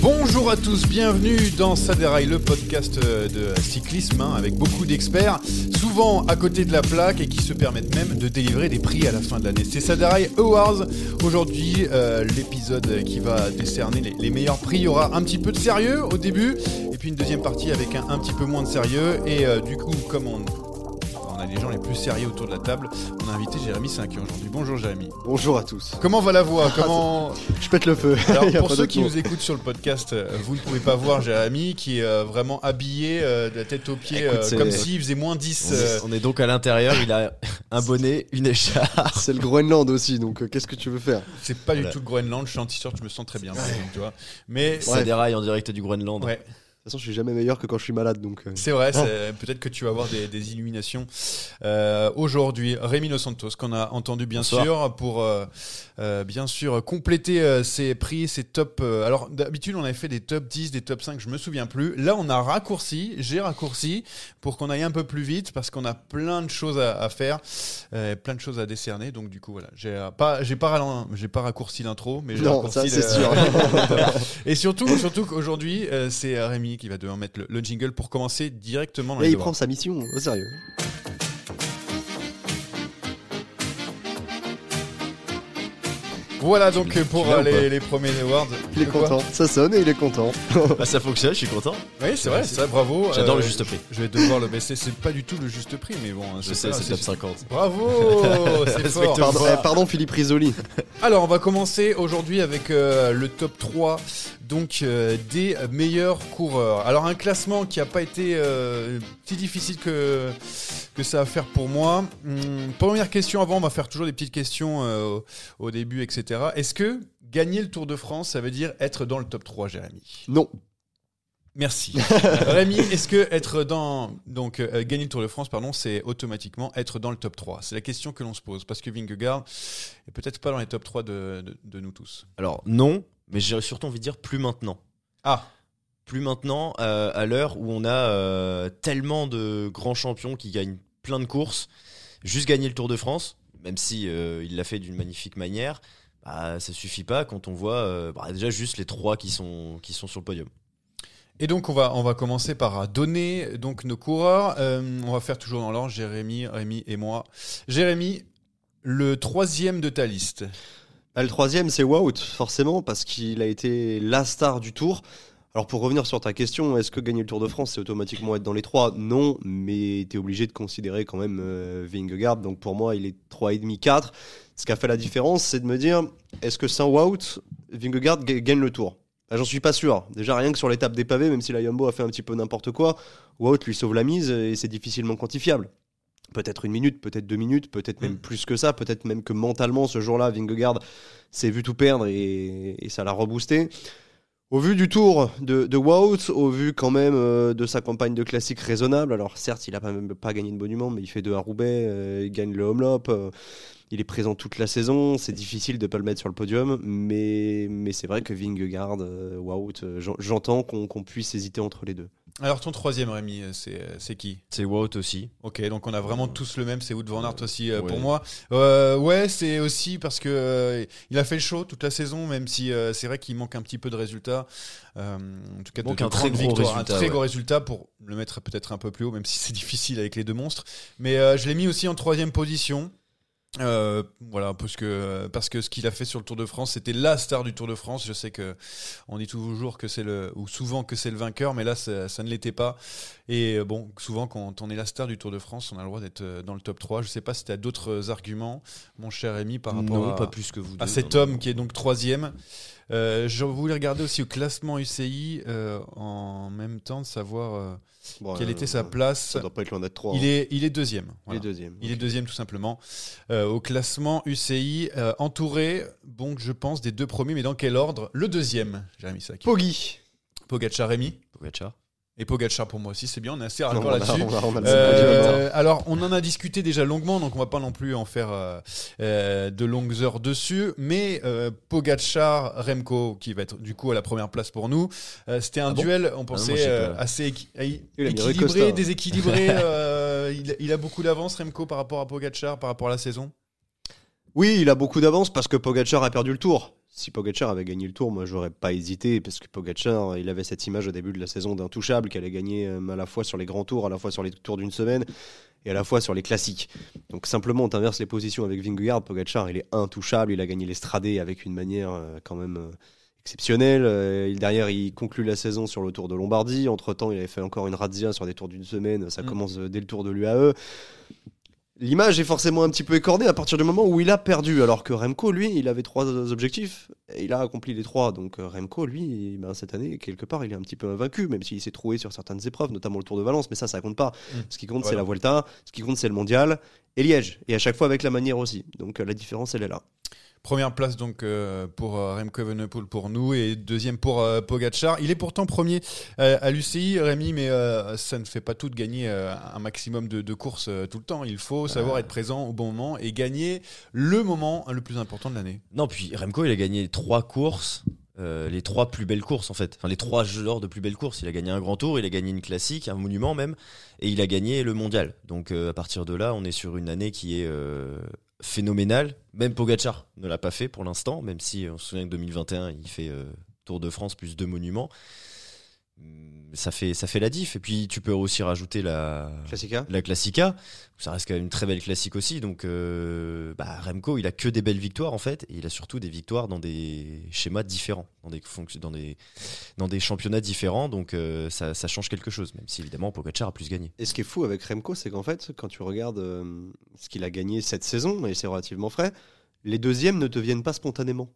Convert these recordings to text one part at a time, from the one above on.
Bonjour à tous, bienvenue dans Ça déraille, le podcast euh, de cyclisme hein, avec beaucoup d'experts, souvent à côté de la plaque et qui se permettent même de délivrer des prix à la fin de l'année. C'est Ça déraille Awards. Aujourd'hui, euh, l'épisode qui va décerner les, les meilleurs prix. Il y aura un petit peu de sérieux au début et puis une deuxième partie avec un, un petit peu moins de sérieux. Et euh, du coup, comme on, on a les gens les plus sérieux autour de la table, on a invité Jérémy Cinquion aujourd'hui. Bonjour Jérémy. Bonjour à tous. Comment va la voix Comment... Je pète le feu. Alors Il y a pour pas ceux d'autre qui mot. nous écoutent sur le podcast, euh, vous ne pouvez pas voir Jérémy qui est euh, vraiment habillé euh, de la tête aux pieds Écoute, euh, c'est- comme s'il faisait moins 10. On est- euh, On est donc à l'intérieur, il a un bonnet, une écharpe. Ah, C'est le Groenland aussi, donc euh, qu'est-ce que tu veux faire c'est pas du Voilà. tout le Groenland, je suis en t-shirt, je me sens très bien. par exemple, tu vois. Mais Ça déraille en direct du Groenland. ouais, De toute façon, je suis jamais meilleur que quand je suis malade, donc. euh, c'est vrai, c'est- peut-être que tu vas avoir des, des illuminations euh, aujourd'hui. Rémi Los Santos, qu'on a entendu bien Bonsoir. sûr, pour euh, euh, bien sûr compléter euh, ses prix, ses top. euh, alors d'habitude, on avait fait des top 10, des top 5, je me souviens plus. Là, on a raccourci, j'ai raccourci. pour qu'on aille un peu plus vite parce qu'on a plein de choses à, à faire, euh, plein de choses à décerner. Donc du coup voilà, j'ai euh, pas j'ai pas ralent- j'ai pas raccourci l'intro, mais j'ai Non, raccourci ça, le- c'est sûr. Et surtout surtout qu'aujourd'hui euh, c'est euh, Rémi qui va devoir mettre le, le jingle pour commencer directement. Dans Et les il devoirs. prend sa mission, au sérieux. Voilà donc euh, pour Tu l'as euh, ou pas les, les premiers awards. Il est De quoi content. Ça sonne et il est content. Bah, ça fonctionne, je suis content. Oui c'est vrai, c'est vrai, bravo. J'adore Euh, le juste prix. Je vais devoir le baisser. C'est pas du tout le juste prix, mais bon. Je c'est sais, pas- c'est top 50. Bravo, c'est fort. Respecte-moi. Pardon, vois. eh, pardon, Philippe Risoli. Alors, on va commencer aujourd'hui avec euh, le top 3 donc, euh, des meilleurs coureurs. Alors, un classement qui n'a pas été euh, si difficile que, que ça à faire pour moi. Hum, première question avant, on va faire toujours des petites questions euh, au, au début, etc. Est-ce que gagner le Tour de France, ça veut dire être dans le top 3, Jérémy Non. Merci. Euh, Rémi, est-ce que être dans. Donc, euh, gagner le Tour de France, pardon, c'est automatiquement être dans le top 3 C'est la question que l'on se pose. Parce que Vingegaard est peut-être pas dans les top 3 de, de- de nous tous. Alors, non, mais j'ai surtout envie de dire plus maintenant. Ah, Plus maintenant, euh, à l'heure où on a euh, tellement de grands champions qui gagnent plein de courses, juste gagner le Tour de France, même si euh, il l'a fait d'une magnifique manière, bah, ça suffit pas quand on voit euh, bah, déjà juste les trois qui sont, qui sont sur le podium. et donc on va, on va commencer par donner donc nos coureurs. Euh, on va faire toujours dans l'ordre Jérémy, Rémi et moi. Jérémy, le troisième de ta liste. Ah, Le troisième, c'est Wout, forcément, parce qu'il a été la star du tour. Alors pour revenir sur ta question, est-ce que gagner le Tour de France, c'est automatiquement être dans les trois Non, mais tu es obligé de considérer quand même euh, Vingegaard. Donc pour moi, il est 3,5, 4. Ce qui a fait la différence, c'est de me dire, est-ce que sans Wout, Vingegaard ga- gagne le Tour Ah, J'en suis pas sûr. Déjà rien que sur l'étape des pavés, même si la Yumbo a fait un petit peu n'importe quoi, Wout lui sauve la mise et c'est difficilement quantifiable. Peut-être une minute, peut-être deux minutes, peut-être même plus que ça, peut-être même que mentalement, ce jour-là, Vingegaard s'est vu tout perdre et, et ça l'a reboosté. Au vu du tour de, de Wout, au vu quand même euh, de sa campagne de classique raisonnable, alors certes, il n'a pas, même pas gagné de monument, mais il fait deux à Roubaix, euh, il gagne le Homelop, euh, il est présent toute la saison, c'est difficile de ne pas le mettre sur le podium, mais, mais c'est vrai que Vingegaard, euh, Wout, euh, j'en- j'entends qu'on qu'on puisse hésiter entre les deux. Alors ton troisième Rémi, euh, c'est euh, c'est qui C'est Wout aussi. Ok, donc on a vraiment tous le même, c'est Wood Van Aert aussi euh, Ouais. pour moi. Euh, ouais, c'est aussi parce que euh, il a fait le show toute la saison, même si euh, c'est vrai qu'il manque un petit peu de résultats. Euh, en tout cas, de, Manque de un très grandes gros victoires, un résultat, très ouais. gros résultat pour le mettre peut-être un peu plus haut, même si c'est difficile avec les deux monstres. Mais euh, je l'ai mis aussi en troisième position. Euh, voilà parce que euh, parce que ce qu'il a fait sur le Tour de France c'était la star du Tour de France je sais que on dit toujours que c'est le ou souvent que c'est le vainqueur mais là ça, ça ne l'était pas et euh, bon souvent quand on est la star du Tour de France on a le droit d'être euh, dans le top 3 je sais pas si tu as d'autres arguments mon cher Rémi par rapport non, à, pas plus que vous. à deux, cet non, homme non. qui est donc troisième euh, je voulais regarder aussi au classement UCI euh, en même temps de savoir euh, Bon, quelle euh, était sa place Ça doit pas être loin d'être trois. il hein. est il est deuxième Il est voilà. deuxième. Il est deuxième tout simplement Euh, au classement UCI, euh, entouré donc je pense des deux premiers, mais dans quel ordre Le deuxième, Jérémy Sac. Poggi. Pogacar Rémi Pogacar. et Pogacar pour moi aussi, c'est bien, on est assez Non, raccord on a- là-dessus. on a- on a le Euh, podium, hein. alors, on en a discuté déjà longuement, donc on va pas non plus en faire euh, euh, de longues heures dessus. Mais euh, Pogacar, Remco, qui va être du coup à la première place pour nous, euh, c'était un Ah bon duel, on Ah non, moi, pensait je sais euh, pas. assez équi- équi- Il a mis Rui équilibré, Costa. déséquilibré. euh, il, il a beaucoup d'avance, Remco, par rapport à Pogacar, par rapport à la saison. Oui, il a beaucoup d'avance parce que Pogacar a perdu le tour. Si Pogacar avait gagné le tour, moi j'aurais pas hésité parce que Pogacar, il avait cette image au début de la saison d'intouchable qui allait gagner euh, à la fois sur les grands tours, à la fois sur les tours d'une semaine et à la fois sur les classiques. Donc simplement, on inverse les positions avec Vingegaard. Pogacar, il est intouchable, il a gagné les Stradés avec une manière euh, quand même euh, exceptionnelle. Euh, il- derrière, il conclut la saison sur le Tour de Lombardie. Entre-temps, il avait fait encore une razzia sur des tours d'une semaine. Ça Mm. commence euh, dès le Tour de l'UAE. L'image est forcément un petit peu écornée à partir du moment où il a perdu, alors que Remco, lui, il avait trois euh, objectifs et il a accompli les trois. Donc euh, Remco, lui, ben, cette année, quelque part, il est un petit peu invaincu, même s'il s'est troué sur certaines épreuves, notamment le Tour de Valence, mais ça, ça compte pas. Mmh. Mm. Ce qui compte, Voilà. c'est la Vuelta, ce qui compte, c'est le Mondial et Liège. Et à chaque fois avec la manière aussi. Donc euh, la différence, elle est là. Première place donc euh, pour euh, Remco Evenepoel pour nous et deuxième pour euh, Pogacar. Il est pourtant premier euh, à l'UCI, Rémi, mais euh, ça ne fait pas tout de gagner euh, un maximum de, de courses euh, tout le temps. Il Ah. faut savoir être présent au bon moment et gagner le moment le plus important de l'année. Non, puis Remco, il a gagné trois courses, euh, les trois plus belles courses en fait. Enfin, les trois genres de plus belles courses. Il a gagné un grand tour, il a gagné une classique, un monument même, et il a gagné le mondial. Donc euh, à partir de là, on est sur une année qui est euh, phénoménale. Même Pogachar ne l'a pas fait pour l'instant, même si euh, on se souvient que 2021, il fait euh, Tour de France plus deux monuments. Hum, Ça fait, ça fait la diff. Et puis tu peux aussi rajouter la, Classica la Classica. Ça reste quand même une très belle classique aussi. Donc, euh, bah, Remco, il a que des belles victoires en fait. Et il a surtout des victoires dans des schémas différents, dans des, fonc- dans des, dans des championnats différents. Donc, euh, ça, ça change quelque chose, même si évidemment Pogacar a plus gagné. Et ce qui est fou avec Remco, c'est qu'en fait, quand tu regardes euh, ce qu'il a gagné cette saison, et c'est relativement frais, les deuxièmes ne te viennent pas spontanément.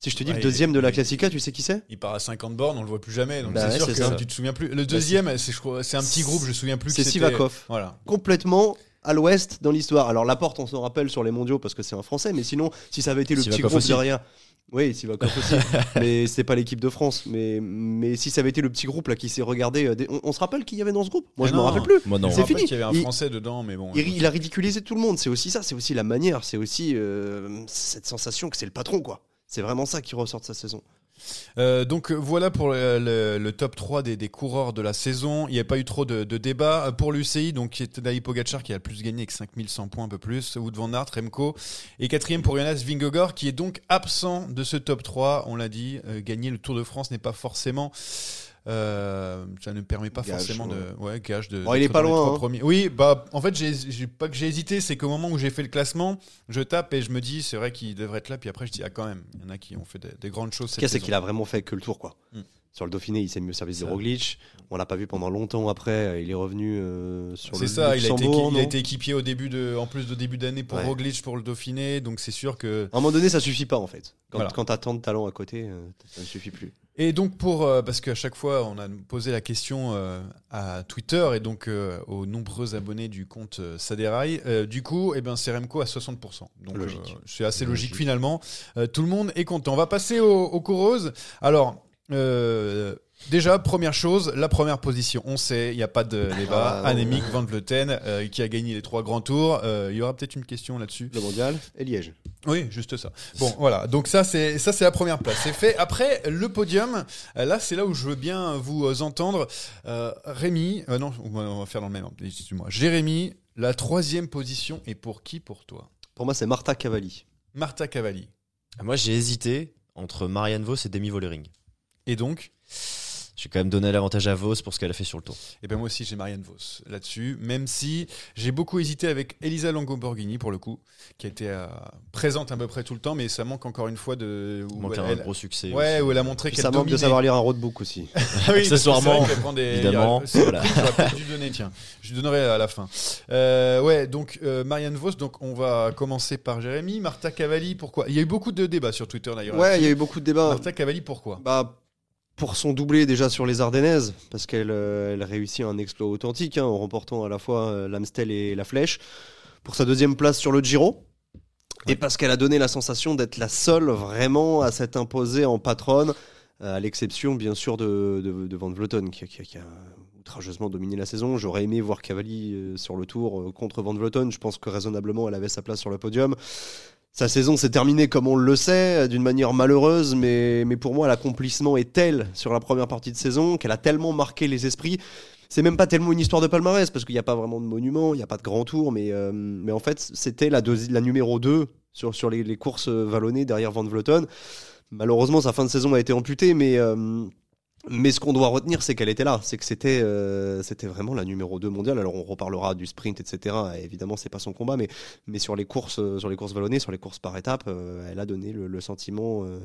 Si je te dis Ouais, le deuxième de la il- Classica, tu sais qui c'est Il part à 50 bornes, on le voit plus jamais, donc Bah c'est ouais, sûr que c'est ça. tu te souviens plus. Le deuxième, c'est je crois- c'est un petit groupe, je me souviens plus. C'est qui c'était. Sivakov. Voilà. complètement à l'ouest dans l'histoire. Alors Laporte, on s'en rappelle sur les mondiaux parce que c'est un Français, mais sinon, si ça avait été le Sivakov petit groupe aussi. derrière... Oui, Sivakov aussi, mais c'est pas l'équipe de France. Mais, mais si ça avait été le petit groupe là qui s'est regardé... euh, des- On, on se rappelle qu'il y avait dans ce groupe Moi, Ah je m'en non. rappelle plus. Moi, On non. C'est rappelle fini. qu'il y avait un Il- français dedans, mais bon. Il, ri- il a ridiculisé tout le monde, c'est aussi ça, c'est aussi la manière, c'est aussi euh, cette sensation que c'est le patron, quoi. C'est vraiment ça qui ressort de sa saison. Euh, donc euh, voilà pour euh, le, le top 3 des, des coureurs de la saison. Il n'y a pas eu trop de, de débats. Euh, Pour l'UCI, donc qui est Tadej Pogacar qui a le plus gagné avec 5100 points, un peu plus. Wood van Aert, Remco. Et quatrième pour Jonas Vingegaard qui est donc absent de ce top 3. On l'a dit, euh, gagner le Tour de France n'est pas forcément... Euh, ça ne permet pas Gage, forcément ouais. de. Ouais, gage de. Bon, il est d'être pas dans les loin, trois hein. premiers. Oui, bah, en fait, j'ai j'ai- pas que j'ai hésité, c'est qu'au moment où j'ai fait le classement, je tape et je me dis, c'est vrai qu'il devrait être là, puis après, je dis, ah, quand même, il y en a qui ont fait des, des grandes choses. Ce qu'il y a, cette c'est saison. qu'il a vraiment fait que le tour. quoi. Mm. Sur le Dauphiné, il s'est mis au service de Ça. Roglic. On l'a pas vu pendant longtemps après. Il est revenu euh, sur le C'est ça, il a, été, Luxembourg, il a non été équipier au début de, en plus de début d'année pour Ouais. Roglic, pour le Dauphiné, donc c'est sûr que. À un moment donné, ça suffit pas en fait. Quand, Voilà. quand t'as tant de talent à côté, euh, ça ne suffit plus. Et donc pour euh, parce qu'à chaque fois on a posé la question euh, à Twitter et donc euh, aux nombreux abonnés du compte euh, Saderai, euh, du coup eh ben c'est Remco à 60%. Donc euh, Logique. c'est assez logique, Logique. finalement. Euh, tout le monde est content. On va passer aux, aux coureuses. Alors euh, déjà première chose, la première position, on sait, il n'y a pas de débat. Ah, non. Anémique Van Vleuten euh, qui a gagné les trois grands tours. Euh, Il y aura peut-être une question là-dessus. Le mondial et Liège. Oui, juste ça. Bon, voilà. Donc ça, c'est ça, c'est la première place. C'est fait. Après, le podium. euh, Là, c'est là où je veux bien vous euh, entendre. Euh, Rémi, euh, non, on va- on va faire dans le même ordre. Excuse-moi. Jérémy, la troisième position est pour qui Pour toi. Pour moi, c'est Marta Cavalli. Marta Cavalli. Moi, j'ai hésité entre Marianne Vos et Demi Vollering. Et donc, J'ai quand même donné l'avantage à Vos pour ce qu'elle a fait sur le tour. eh ben moi aussi, j'ai Marianne Vos là-dessus. Même si j'ai beaucoup hésité avec Elisa Longoborghini pour le coup, qui a été euh, présente à peu près tout le temps, mais ça manque encore une fois de. où Il manque elle- un elle- gros succès. Ouais, aussi. où elle a montré Puis qu'elle ça manque de dominait. savoir lire un roadbook aussi. Ah oui, Accessoirement, parce que c'est vrai qu'elle prend des- évidemment, il y a- c'est le voilà. prix que j'aurais peut-être dû donner, tiens. Je lui donnerai à la fin. Euh, ouais, donc euh, Marianne Vos, donc on va commencer par Jérémy. Martha Cavalli, pourquoi Il y a eu beaucoup de débats sur Twitter d'ailleurs. Ouais, il y a eu beaucoup de débats. Martha Cavalli, pourquoi Bah, pour son doublé déjà sur les Ardennaises, parce qu'elle euh, elle réussit un exploit authentique hein, en remportant à la fois euh, l'Amstel et la Flèche. Pour sa deuxième place sur le Giro. Et parce qu'elle a donné la sensation d'être la seule vraiment à s'être imposée en patronne, euh, à l'exception bien sûr de, de, de Van Vleuten qui, qui- qui a outrageusement dominé la saison. J'aurais aimé voir Cavalli euh, sur le tour euh, contre Van Vleuten. Je pense que raisonnablement elle avait sa place sur le podium. Sa saison s'est terminée comme on le sait, euh, d'une manière malheureuse, mais, mais pour moi l'accomplissement est tel sur la première partie de saison qu'elle a tellement marqué les esprits. C'est même pas tellement une histoire de palmarès, parce qu'il n'y a pas vraiment de monument, il n'y a pas de grand tour, mais, euh, mais en fait c'était la, deuxi- la numéro 2 sur, sur les, les courses euh, vallonnées derrière Van Vleuten. Malheureusement sa fin de saison a été amputée, mais, euh, mais ce qu'on doit retenir c'est qu'elle était là, c'est que c'était euh, c'était vraiment la numéro 2 mondiale. Alors on reparlera du sprint, etc. Et évidemment c'est pas son combat, mais mais sur les courses euh, sur les courses vallonnées sur les courses par étapes euh, elle a donné le, le sentiment euh,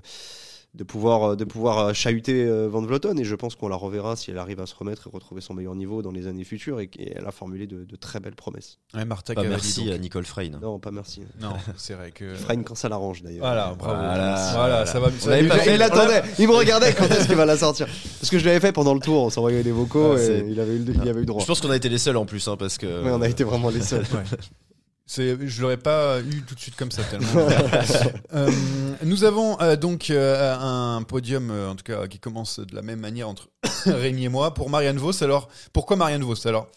de pouvoir euh, de pouvoir euh, chahuter euh, Van Vleuten et je pense qu'on la reverra si elle arrive à se remettre et retrouver son meilleur niveau dans les années futures et, et elle a formulé de, de très belles promesses Ouais, Martha Bah, Cavalli. merci donc. à Nicole Frein. non pas merci Non, c'est vrai que. Freine quand ça l'arrange d'ailleurs Voilà, bravo. Voilà, Voilà, ça va. On ça l'avait lui- pas fait. il il attendait. l'attendait, il me regardait quand est-ce qu'il va la sortir. Parce que je l'avais fait pendant le tour, on s'envoyait des vocaux Ah, et c'est- il avait eu, le- il avait eu le droit. Je pense qu'on a été les seuls en plus, hein, parce que. Ouais, on a été vraiment les seuls. C'est- Je l'aurais pas eu tout de suite comme ça tellement. Euh, nous avons euh, donc euh, un podium, euh, en tout cas, qui commence de la même manière entre Rémi et moi pour Marianne Vos. Alors, pourquoi Marianne Vos Alors,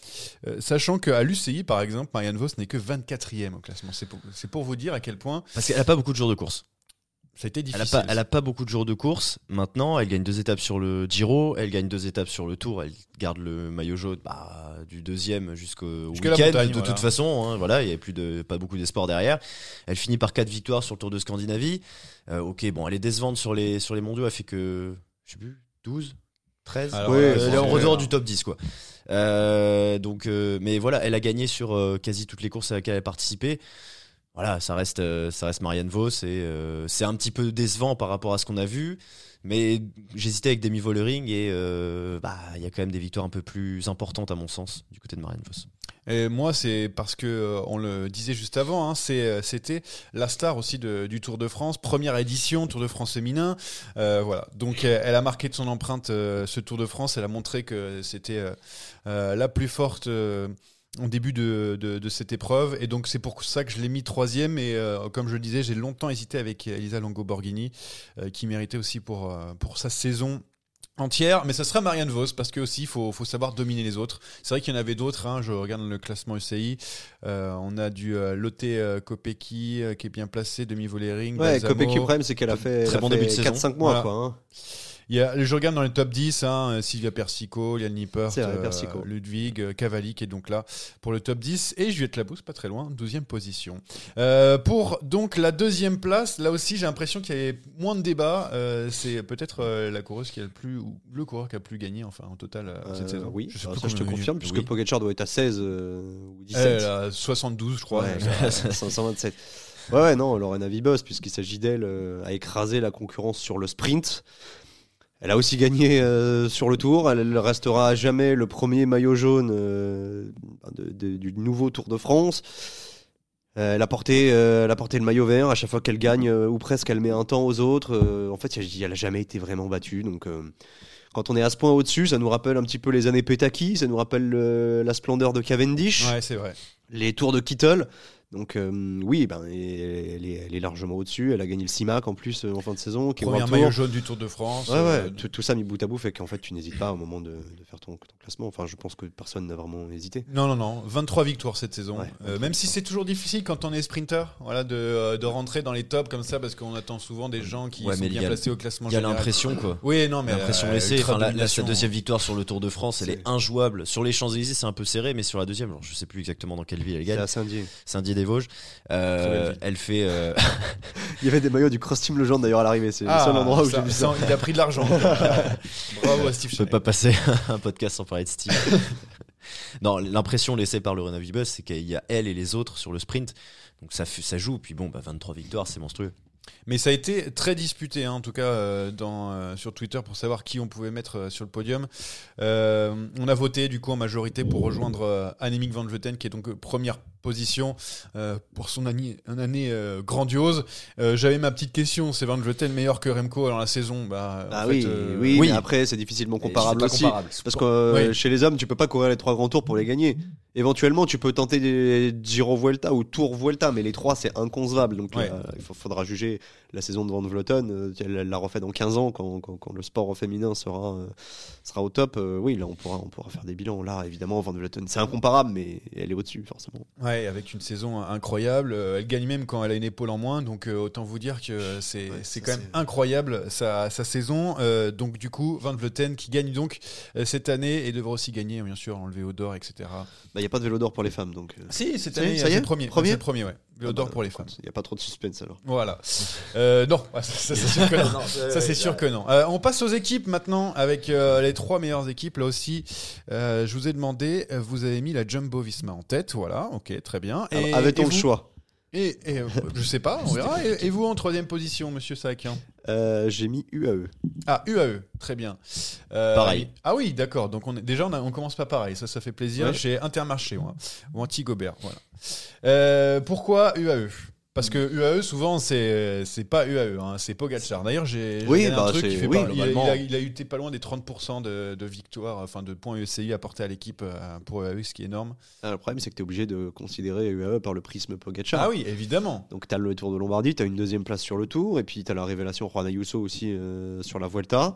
euh, sachant qu'à l'UCI, par exemple, Marianne Vos n'est que 24e au classement. C'est pour, c'est pour vous dire à quel point Parce qu'elle a pas beaucoup de jours de course. ça a été Elle a, difficile. pas, elle a pas beaucoup de jours de course. Maintenant, elle gagne deux étapes sur le Giro, elle gagne deux étapes sur le Tour. Elle garde le maillot jaune bah, du deuxième jusqu'au Jusqu'à la euh, week-end. montagne, de voilà. toute façon, hein, voilà, il n'y avait plus de, pas beaucoup d'espoir derrière. Elle finit par quatre victoires sur le Tour de Scandinavie. Euh, ok, bon, elle est décevante sur les, sur les mondiaux. Elle fait que, je sais plus, 12 13 Alors, Oui, là, Euh, c'est- elle est en c'est- redehors du top 10 quoi. Euh, donc, euh, mais voilà, elle a gagné sur euh, quasi toutes les courses à laquelle elle a participé. Voilà, ça reste, euh, ça reste Marianne Vos et euh, c'est un petit peu décevant par rapport à ce qu'on a vu. Mais j'hésitais avec Demi Vollering et euh, bah il y a quand même des victoires un peu plus importantes à mon sens du côté de Marianne Vos. Et moi, c'est parce que euh, on le disait juste avant, hein, c'est, euh, c'était la star aussi de- du Tour de France, première édition Tour de France féminin. Euh, voilà, donc euh, elle a marqué de son empreinte euh, ce Tour de France. Elle a montré que c'était euh, euh, la plus forte. euh, au début de, de- de cette épreuve. Et donc, c'est pour ça que je l'ai mis troisième. Et euh, comme je le disais, j'ai longtemps hésité avec Elisa Longo-Borghini, euh, qui méritait aussi pour, euh, pour sa saison entière. Mais ça sera Marianne Vos, parce que aussi, il faut, faut savoir dominer les autres. C'est vrai qu'il y en avait d'autres. hein. Je regarde le classement UCI. Euh, on a du euh, Lotte euh, Kopecky, euh, qui est bien placé, demi-volering. Ouais, Balsamo. Kopecky, le problème, c'est qu'elle a fait, Très elle a bon fait début de saison. 4-5 mois. Voilà. Quoi, hein. Il y a, je regarde dans les top 10, hein, euh, Sylvia Persico, Liane Nippert, euh, C'est vrai, Persico. Ludwig, euh, Cavalli qui est donc là pour le top 10. Et Juliette Labousse, pas très loin, 12e position. Euh, pour donc la deuxième place, là aussi j'ai l'impression qu'il y avait moins de débat. Euh, c'est peut-être euh, la coureuse qui a le plus, ou le coureur qui a le plus gagné enfin en total euh, cette Euh, saison. oui, sais bah, plus ça je te combien- confirme, puisque oui. Pogacar doit être à 16 euh, ou 17. Eh Elle a 72 je crois. Ouais, Elle a- euh, 527. Ouais, ouais, non, Lorena Vibos, puisqu'il s'agit d'elle, euh, a écrasé la concurrence sur le sprint. Elle a aussi gagné euh, sur le tour. Elle, elle restera à jamais le premier maillot jaune euh, de- de- du nouveau Tour de France. Euh, elle, a porté, euh, elle a porté le maillot vert. À chaque fois qu'elle gagne, euh, ou presque, elle met un temps aux autres. Euh, en fait, il y a- elle n'a jamais été vraiment battue. Donc. euh, quand on est à ce point au-dessus, ça nous rappelle un petit peu les années Petaki, ça nous rappelle euh, la splendeur de Cavendish Ouais, c'est vrai. les tours de Kittle. Donc euh, oui, ben, elle, est, elle est largement au-dessus. Elle a gagné le CIMAC en plus euh, en fin de saison. Qui est Premier un maillot tour. jaune du Tour de France. Ouais, euh, ouais. Tout, tout ça mis bout à bout fait qu'en fait tu n'hésites pas au moment de, de faire ton, ton classement. Enfin, je pense que personne n'a vraiment hésité. Non, non, non. 23 victoires cette saison. Ouais, Euh, même si c'est toujours difficile quand on est sprinter voilà, de, euh, de rentrer dans les tops comme ça parce qu'on attend souvent des gens qui Ouais, sont mais il y bien a- placés au classement Il y a général. l'impression, quoi. Oui, non, mais. l'impression euh, laissée. ultra Enfin, la, la- sa domination. deuxième victoire sur le Tour de France, elle C'est- est injouable. Sur les Champs-Élysées, c'est un peu serré, mais sur la deuxième, alors, je sais plus exactement dans quelle ville elle C'est gagne, à Saint-Dié. Saint-Dié-des-Vosges, euh, Très belle ville. elle fait. euh, Il y avait des maillots du Cross Team Legend d'ailleurs à l'arrivée. C'est Ah, le seul endroit où ça- j'ai vu ça, ça. Il a pris de l'argent. Bravo à Steve Je peux Schneid. pas passer un podcast sans parler de Steve. non, l'impression laissée par le Renavi Bus, c'est qu'il y a elle et les autres sur le sprint. Donc ça, fu- ça joue. Puis bon, bah, 23 victoires, c'est monstrueux. Mais ça a été très disputé, hein, en tout cas euh, dans, euh, sur Twitter, pour savoir qui on pouvait mettre euh, sur le podium. Euh, on a voté du coup en majorité pour rejoindre euh, Annemiek van Vleuten, qui est donc euh, première position euh, pour son année, une année euh, grandiose. Euh, J'avais ma petite question, c'est van Vleuten meilleur que Remco alors la saison bah, Ah en oui, fait, euh, oui, oui. mais après c'est difficilement comparable C'est pas aussi. comparable. Parce que euh, Oui. chez les hommes, tu peux pas courir les trois grands tours pour les gagner. Éventuellement, tu peux tenter des Giro Vuelta ou Tour Vuelta, mais les trois, c'est inconcevable. Donc Ouais. là, il fa- faudra juger la saison de Van Vleuten. euh, Elle elle la refait dans 15 ans, quand, quand- quand le sport féminin sera, euh, sera au top. Euh, oui, là, on pourra, on pourra faire des bilans. Là, évidemment, Van Vleuten, c'est incomparable, mais elle est au-dessus, forcément. Ouais, avec une saison incroyable. Euh, Elle gagne même quand elle a une épaule en moins. Donc, euh, autant vous dire que euh, c'est Ouais, c'est ça, quand même incroyable sa, sa saison. Euh, donc, du coup, Van Vleuten qui gagne donc euh, cette année et devra aussi gagner, bien sûr, enlever au d'or, etc. Bah, Il n'y a pas de vélo d'or pour les femmes, donc. euh, Si, cette Ça y est, année, ça euh, y est c'est le premier. Premier C'est le premier, Ah, ouais. Vélo d'or bah, pour les femmes. Il n'y a pas trop de suspense alors. Voilà. Euh, non, ah, ça, ça, c'est sûr que non. Ça, c'est sûr que non. Euh, on passe aux équipes maintenant avec euh, les trois meilleures équipes. Là aussi, euh, je vous ai demandé, euh, vous avez mis la Jumbo Visma en tête. Voilà, ok, très bien. Et- Alors, Ah, Avait-on et le vous choix et, et, euh, je sais pas, on verra. Et, et vous en troisième position, monsieur Sakian Euh, J'ai mis UAE. Ah, UAE, très bien. Euh, Pareil. Ah oui, d'accord. Donc on est, déjà, on, a- on commence pas pareil. Ça, ça fait plaisir. Ouais. Chez Intermarché, moi. Ou Antigobert, voilà. Euh, pourquoi UAE parce que UAE, souvent, c'est c'est pas UAE, hein, c'est Pogachar. D'ailleurs, j'ai j'ai Oui, regardé bah, un truc qui c'est- fait oui, pas- il, a, globalement. il a- il a été pas loin des 30% de, de victoires, enfin de points ECI apportés à l'équipe euh, pour UAE, ce qui est énorme. Ah, le problème, c'est que tu es obligé de considérer UAE par le prisme Pogacar. Ah oui, évidemment. Donc tu as le Tour de Lombardie, tu as une deuxième place sur le Tour, et puis tu as la révélation Juan Ayuso aussi euh, sur la Vuelta.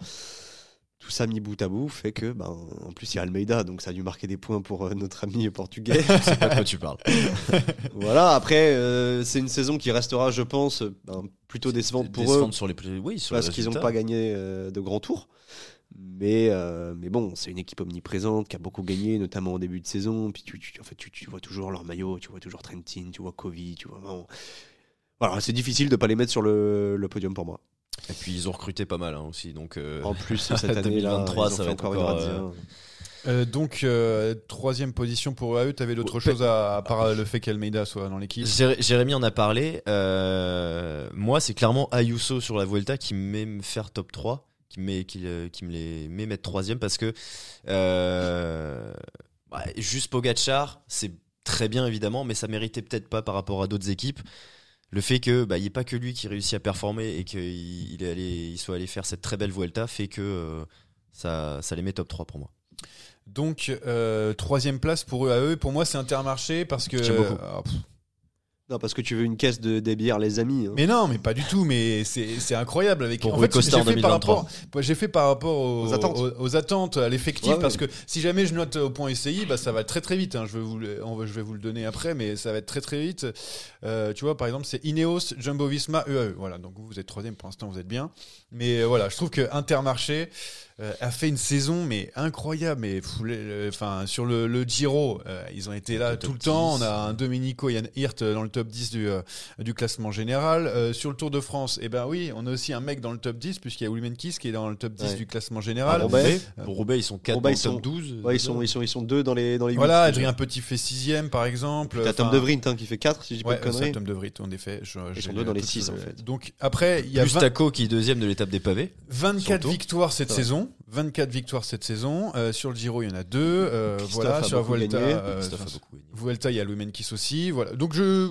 Tout ça mis bout à bout fait que, ben, en plus, il y a Almeida, donc ça a dû marquer des points pour euh, notre ami portugais. C'est pas de quoi tu parles. voilà, après, euh, c'est une saison qui restera, je pense, euh, ben, plutôt décevante pour eux, Descendre sur les plus- oui, sur parce les qu'ils n'ont résultats. pas gagné euh, de grands tours. Mais, euh, mais bon, c'est une équipe omniprésente qui a beaucoup gagné, notamment au début de saison. Puis tu, tu- en fait, tu, tu vois toujours leur maillot, tu vois toujours Trentin, tu vois Covey, tu vois vraiment. Voilà, c'est difficile de pas les mettre sur le, le podium pour moi. Et puis ils ont recruté pas mal hein, aussi. Donc euh, Oh. En plus, cette année, 2023, là, ils ont ça fait va être encore une encore, radia. euh, Euh, donc, euh, troisième position pour UAE, t'avais d'autres Ouais. bah, choses à, à part euh, le fait qu'Almeida soit dans l'équipe Jéré- Jérémy en a parlé. euh, moi, c'est clairement Ayuso sur la Vuelta qui me met me faire top 3, qui me, met, qui, euh, qui me les met mettre troisième parce que euh, bah, juste Pogachar, c'est très bien évidemment, mais ça méritait peut-être pas par rapport à d'autres équipes. Le fait que bah, il n'y ait pas que lui qui réussit à performer et qu'il il est allé, il soit allé faire cette très belle Vuelta fait que euh, ça, ça les met top 3 pour moi. Donc, euh, troisième place pour eux à eux. Pour moi, c'est Intermarché parce que. J'aime beaucoup. Ah, pff, Non, parce que tu veux une caisse de des bières, les amis. hein. Mais non, mais pas du tout, mais c'est c'est incroyable. Avec... Pour en Rui fait, Costa j'ai en fait, par 2023. rapport- j'ai fait par rapport aux, Aux attentes. aux- aux attentes, à l'effectif, Ouais, ouais. parce que si jamais je note au point SCI, bah, ça va très très vite. hein. Je, vais vous, le- on va- je vais vous le donner après, mais ça va être très très vite. Euh, tu vois, par exemple, c'est Ineos, Jumbo Visma, EAE. Voilà, donc vous, vous êtes troisième pour l'instant, vous êtes bien. Mais euh, voilà, je trouve que Intermarché euh, a fait une saison mais incroyable. Mais pff, le- le- enfin, sur le, le Giro, euh, ils ont été là Top tout le temps. 10. On a un Domenico Yann Hirt dans le top 10 du, euh, du classement général. Euh, sur le Tour de France, eh ben oui, on a aussi un mec dans le top 10 puisqu'il y a Willem Kiss qui est dans le top 10 Ouais. du classement Ah, général. bon, Roubaix, Euh, pour Roubaix, ils sont 4 Roubaix, dans le bah, top ils sont- 12. Ouais, ils, sont, ils, sont, ils sont deux dans les, dans les voilà, huit. Adrien Petit fait sixième par exemple. T'as Tom Enfin, De Vrint hein, qui fait 4, si je dis Ouais, pas de c'est un conneries. Tom de Vrit, en effet. Je- j'ai sont le deux dans les top six, de- en fait. Donc après, il y a Plus 20 Taco qui est deuxième de l'étape des pavés. 24 Surtout. victoires cette Ouais. saison. 24 victoires cette saison. Euh, sur le Giro, il y en a deux. Euh, Christophe voilà, a sur la beaucoup Vuelta, gagné. euh, Christophe a sur- beaucoup gagné. Vuelta, il y a Louis Menkis aussi. Voilà. Donc je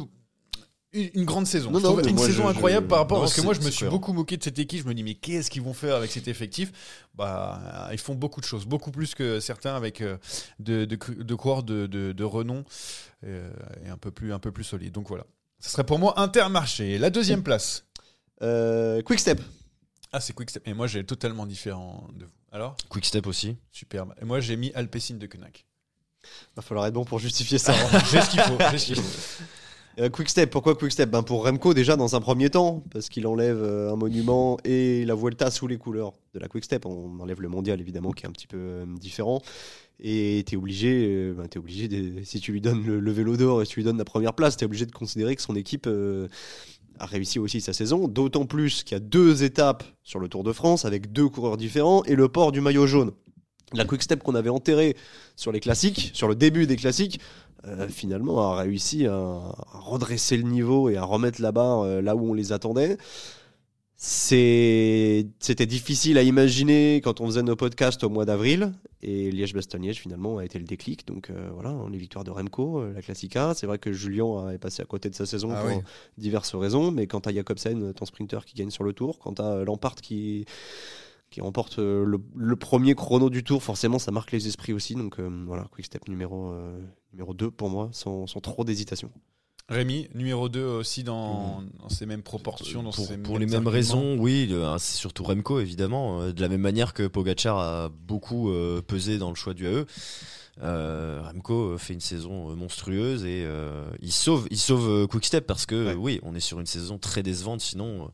une une grande saison. Non, Je non, trouve mais une moi, saison je- incroyable je- par rapport non, parce que c'est- moi je me c'est suis cohérent. beaucoup moqué de cette équipe. Je me dis mais qu'est-ce qu'ils vont faire avec cet effectif Bah ils font beaucoup de choses, beaucoup plus que certains avec euh, de, de, cru- de coureurs de, de- de renom euh, et un peu plus un peu plus solide. Donc voilà. Ce serait pour moi Intermarché. La deuxième place. Euh, Quick Step. Ah c'est Quickstep. Et moi j'ai totalement différent de vous. Alors Quick Step aussi. superbe. Et moi j'ai mis Alpecin de Koenig. Va falloir être bon pour justifier ça. hein. J'ai ce qu'il faut. j'ai ce qu'il faut. Euh, Quick Step, pourquoi Quick Step ben Pour Remco, déjà dans un premier temps, parce qu'il enlève euh, un monument et la Vuelta sous les couleurs de la Quick Step. On enlève le mondial, évidemment, qui est un petit peu euh, différent. Et t'es obligé, euh, ben, t'es obligé de- si tu lui donnes le, le vélo d'or et si tu lui donnes la première place, t'es obligé de considérer que son équipe euh, a réussi aussi sa saison. D'autant plus qu'il y a deux étapes sur le Tour de France avec deux coureurs différents et le port du maillot jaune. La Quick Step qu'on avait enterrée sur les classiques, sur le début des classiques, euh, finalement a réussi à, à redresser le niveau et à remettre la barre euh, là où on les attendait. C'est- C'était difficile à imaginer quand on faisait nos podcasts au mois d'avril. Et Liège-Bastogne-Liège, finalement, a été le déclic. Donc euh, voilà, hein, les victoires de Remco, euh, la Classica. C'est vrai que Julien euh, est passé à côté de sa saison Ah pour oui. diverses raisons. Mais quand à Jacobsen, euh, ton sprinter qui gagne sur le tour, quand à Lampard qui, qui remporte euh, le, le premier chrono du tour, forcément, ça marque les esprits aussi. Donc euh, voilà, quick step numéro, euh, numéro 2 pour moi, sans, sans trop d'hésitation. Rémi, numéro 2 aussi dans, dans ces mêmes proportions, dans Mmh. Euh, pour, ces pour les mêmes arguments. raisons, oui. de- hein, c'est surtout Remco, évidemment. euh, De la même manière que Pogacar a beaucoup euh, pesé dans le choix du AE. Euh, Remco euh, fait une saison euh, monstrueuse et euh, il sauve, il sauve euh, Quickstep parce que Ouais. euh, oui, on est sur une saison très décevante. Sinon,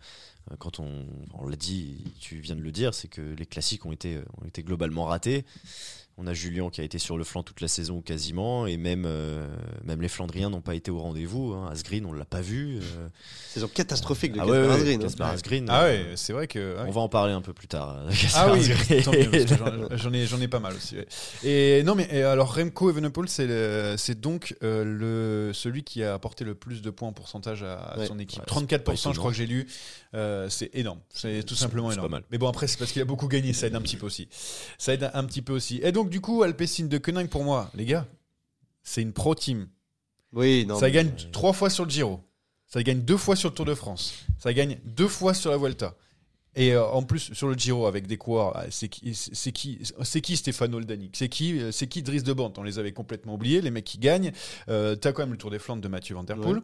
euh, quand on, on l'a dit, tu viens de le dire, c'est que les classiques ont été, ont été globalement ratés. On a Julien qui a été sur le flanc toute la saison quasiment et même, euh, même les Flandriens n'ont pas été au rendez-vous. Hein. Asgreen, on l'a pas vu. euh, Saison catastrophique de ah Kasper ouais, ouais, Asgreen, hein. Kaspar Asgreen, Ah euh, ouais, c'est vrai que. ah on oui. va en parler un peu plus tard. euh, Kaspar Ah oui, Asgreen. tant mieux, parce que j'en- j'en ai, j'en ai pas mal aussi. ouais. Et non, mais et alors Remco Evenepoel, c'est le- c'est donc euh, le, celui qui a apporté le plus de points en pourcentage à, à Ouais. son équipe. Ouais, c'est 34%, pas je crois que j'ai lu. Euh, c'est énorme. C'est tout c'est- simplement c'est pas énorme. mal. Mais bon, après, c'est parce qu'il a beaucoup gagné. Ça aide un petit peu aussi. Ça aide un, un petit peu aussi. Et donc, du coup, Alpecin de Koenig, pour moi, les gars, c'est une pro-team. Oui, non, ça mais- gagne trois fois sur le Giro. Ça gagne deux fois sur le Tour de France. Ça gagne deux fois sur la Vuelta. Et euh, en plus, sur le Giro, avec des coureurs, ah, c'est qui, c'est qui, c'est qui Stéphano Oldanic C'est qui, euh, c'est qui Driss de Bande On les avait complètement oubliés, les mecs qui gagnent. Euh, t'as quand même le Tour des Flandres de Mathieu Van Der Poel. Ouais.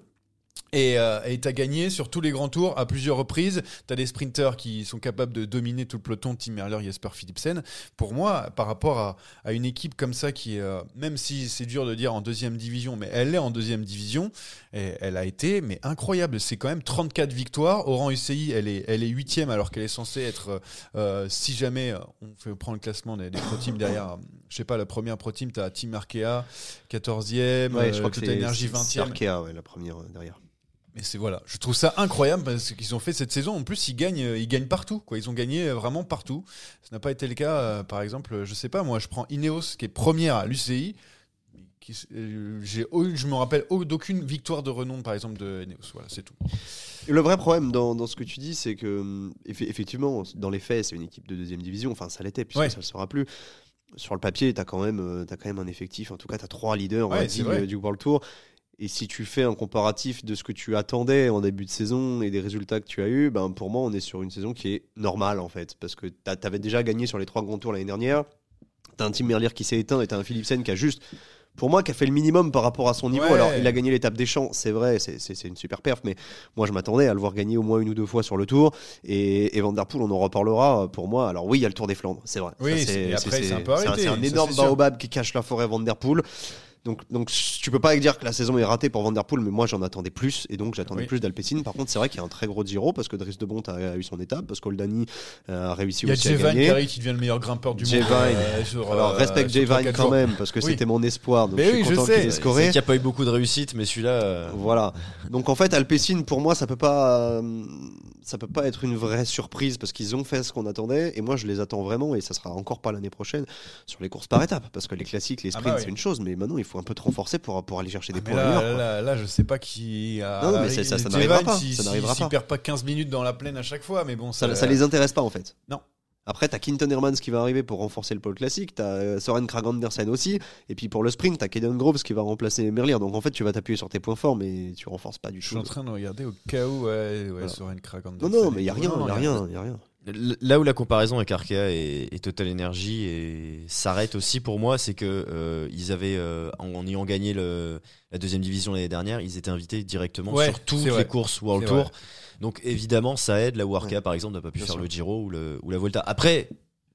Et euh, et t'as gagné sur tous les grands tours à plusieurs reprises. T'as des sprinteurs qui sont capables de dominer tout le peloton, Tim Merler, Jesper Philipsen. Pour moi, par rapport à, à une équipe comme ça qui, euh, même si c'est dur de dire en deuxième division, mais elle est en deuxième division, et elle a été mais incroyable. C'est quand même 34 victoires. Oran UCI, elle est, elle est huitième alors qu'elle est censée être, euh, euh, si jamais euh, on fait, prend le classement des, des pro teams derrière, euh, je sais pas, la première pro team, t'as Team Arkea 14e, Ouais, je euh, crois que Total c'est Energy c'est 20e. Arkea, ouais, la première euh, derrière. Mais c'est voilà, je trouve ça incroyable parce qu'ils ont fait cette saison. En plus, ils gagnent, euh, ils gagnent partout. Quoi. Ils ont gagné euh, vraiment partout. Ça n'a pas été le cas, euh, par exemple, euh, je sais pas, moi, je prends Ineos qui est première à l'UCI. Qui, s- euh, j'ai au- je me rappelle au- d'aucune victoire de renom, par exemple, de Ineos. Voilà, c'est tout. Et Le vrai problème dans, dans ce que tu dis, c'est que, hum, effe- effectivement, dans les faits, c'est une équipe de deuxième division. Enfin, ça l'était, puisque Ouais. ça ne le sera plus. Sur le papier, tu as, quand même, euh, t'as quand même un effectif. En tout cas, tu as trois leaders on Ouais, l'a c'est dit, vrai. euh, du World Tour. Et si tu fais un comparatif de ce que tu attendais en début de saison et des résultats que tu as eus, ben pour moi, on est sur une saison qui est normale, en fait. Parce que tu avais déjà gagné sur les trois grands tours l'année dernière. T'as un Tim Merlier qui s'est éteint et t'as un Philipsen qui a juste pour moi, qui a fait le minimum par rapport à son niveau. Ouais. Alors, il a gagné l'étape des champs, c'est vrai, c'est- c'est c'est une super perf, mais moi, je m'attendais à le voir gagner au moins une ou deux fois sur le tour. Et, et Van Der Poel, on en reparlera euh, pour moi. Alors, oui, il y a le Tour des Flandres, c'est vrai. Oui, Ça, c'est- et après, il s'est un peu c'est un, arrêté, c'est un ça, énorme c'est sûr. baobab qui cache la forêt Van Der Poel. Donc, donc tu peux pas dire que la saison est ratée pour Van Der Poel, mais moi j'en attendais plus et donc j'attendais Oui. plus d'Alpecin. Par contre, c'est vrai qu'il y a un très gros Giro parce que Dries de Bont a, a eu son étape, parce qu'Oldani euh, a réussi Il y a aussi à Jevan gagner. Gary qui devient le meilleur grimpeur du Jevine. monde. euh, sur, Alors euh, respecte sur trois, Jevine quatre quand jours. même parce que Oui. c'était mon espoir, donc Mais je suis oui, je content sais. qu'il ait scoré. Il n'y a pas eu beaucoup de réussite, mais celui-là. euh, Voilà. Donc en fait, Alpecin, pour moi, ça peut pas, euh, ça peut pas être une vraie surprise parce qu'ils ont fait ce qu'on attendait. Et moi, je les attends vraiment, et ça sera encore pas l'année prochaine sur les courses par étapes, parce que les classiques, les Ah sprints, bah oui. Ah c'est une chose, mais maintenant, il faut un peu te renforcer pour, pour aller chercher des Mais points. là, ailleurs, là, quoi. là, là, je sais pas qui a. Non, mais c'est- ça- ça Jevine, n'arrivera pas, si- ça si- n'arrivera s'il pas. perd pas 15 minutes dans la plaine à chaque fois, mais bon, ça, ça, ça les intéresse pas en fait. Euh, Non. Après, t'as Quinton Hermans qui va arriver pour renforcer le pôle classique, t'as euh, Soren Krag Andersen aussi, et puis pour le sprint, t'as Kaden Groves qui va remplacer Merlier. Donc en fait, tu vas t'appuyer sur tes points forts, mais tu renforces pas du Je suis tout. en train de regarder au cas où. Ouais, ouais, Voilà. Soren Krag Non, Andersen non, et mais y a tout. rien, Non, non, y a rien, y a rien. L- Là où la comparaison avec Arkea et, et Total Energy et s'arrête aussi pour moi, c'est que euh, ils avaient, euh, en, en ayant gagné le- la deuxième division l'année dernière, ils étaient invités directement Ouais, sur toutes c'est les vrai. courses World C'est Tour. vrai. Donc évidemment, ça aide. Là où Arkea, Ouais. par exemple, n'a pas pu Bien faire sûr. le Giro ou, le- ou la Volta. Après,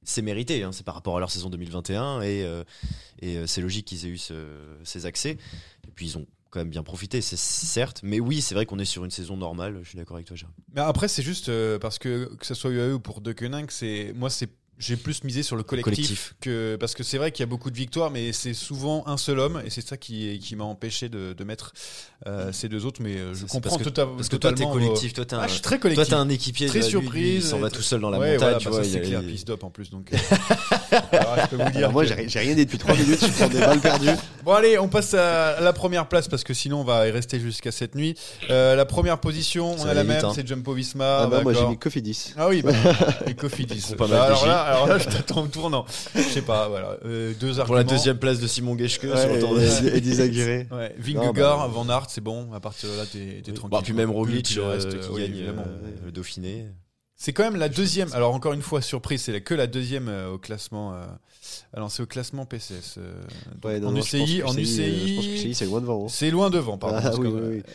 c'est mérité. hein, c'est par rapport à leur saison 2021 et, euh, et, euh, c'est logique qu'ils aient eu ce- euh, ces accès. Et puis ils ont quand même bien profité, c'est certes. Mais oui, c'est vrai qu'on est sur une saison normale. Je suis d'accord avec toi, Jérôme. Mais après, c'est juste euh, parce que que ce soit UAE ou pour De Koenig, c'est moi, c'est j'ai plus misé sur le collectif, collectif. que parce que c'est vrai qu'il y a beaucoup de victoires, mais c'est souvent un seul homme et c'est ça qui, qui m'a empêché de, de mettre euh, ces deux autres. Mais euh, je Ça, Mm. c'est comprends parce que- tota- Parce que toi, t'es totalement. vos- collectif, toi, t'es un- Ah, je suis très Toi, collectif. t'as un équipier Très là, lui, surprise, il s'en va et- tout seul dans la Ouais, montagne. voilà, tu bah, vois, ça, il- c'est clair, il- pisse d'op en plus. Donc, euh, alors, je peux vous dire. Alors moi, que- j'ai j'ai rien dit depuis 3 minutes, je prends des balles perdues. Bon allez, on passe à la première place parce que sinon on va y rester jusqu'à cette nuit. Euh, la première position, on Ça a la va vite, même, hein. c'est Jumbo Ah, Visma. bah, moi, j'ai d'accord. mis Cofidis. Ah oui, bah, et Cofidis. Bah, Pas mal alors, de là, alors là, je t'attends au tournant. Je sais pas, voilà. Euh, deux arguments. Pour la deuxième place de Simon Geschke sur le Ouais, tour de- et, et Dizaguirre. Ouais, Vingegaard, Non, bah, Van Aert, c'est bon. À partir de là, t'es t'es Oui. tranquille. Bah, puis même Roglic Puis le euh, reste, qui euh, oui, gagne évidemment. euh, le Dauphiné. C'est quand même la deuxième. Alors encore une fois, surprise, c'est la- que la deuxième euh, au classement. euh, alors c'est au classement PCS. euh, donc Ouais, non, en non, je pense UCI, que en UCI, euh, je pense que UCI, UCI, c'est loin devant. hein. c'est loin devant, pardon. Ah, parce que, oui, euh, oui, oui.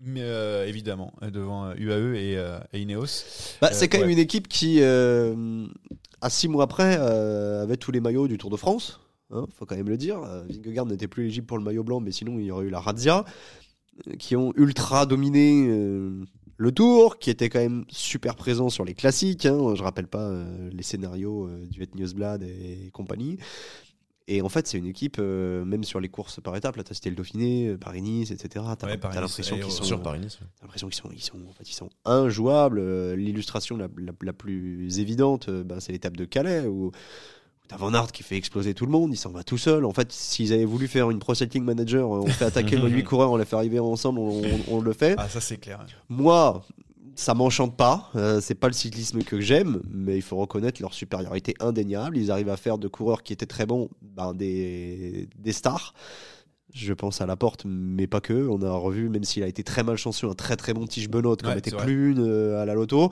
Mais euh, évidemment, euh, devant euh, UAE et, euh, et Ineos. Bah, c'est quand Euh, ouais. même une équipe qui, euh, à six mois après, euh, avait tous les maillots du Tour de France. Hein, faut quand même le dire. Euh, Vingegaard n'était plus éligible pour le maillot blanc, mais sinon il y aurait eu la Razzia, euh, qui ont ultra dominé euh, le Tour, qui était quand même super présent sur les classiques. Hein, je rappelle pas euh, les scénarios euh, du Het Newsblad et compagnie. Et en fait, c'est une équipe, euh, même sur les courses par étapes, là, t'as cité le Dauphiné, euh, Paris-Nice, etc. T'as Ouais, t'as Paris-Nice, l'impression et euh, qu'ils au- sont Sur Paris-Nice. J'ai l'impression qu'ils sont, ils sont, en fait, ils sont injouables. Euh, L'illustration la, la- la plus évidente, euh, ben, c'est l'étape de Calais où, où t'as Van Aert qui fait exploser tout le monde, il s'en va tout seul. En fait, s'ils avaient voulu faire une Pro Cycling Manager, euh, on fait attaquer nos huit coureurs, on les fait arriver ensemble, on, on- on le fait. Ah, ça c'est clair. Moi, ça m'enchante pas. Euh, c'est pas le cyclisme que j'aime, mais il faut reconnaître leur supériorité indéniable. Ils arrivent à faire de coureurs qui étaient très bons ben, des, des stars. Je pense à Laporte, mais pas que. On a revu, même s'il a été très malchanceux, un très très bon tige Benoît comme Ouais, était c'est vrai. Clune euh, à la Loto.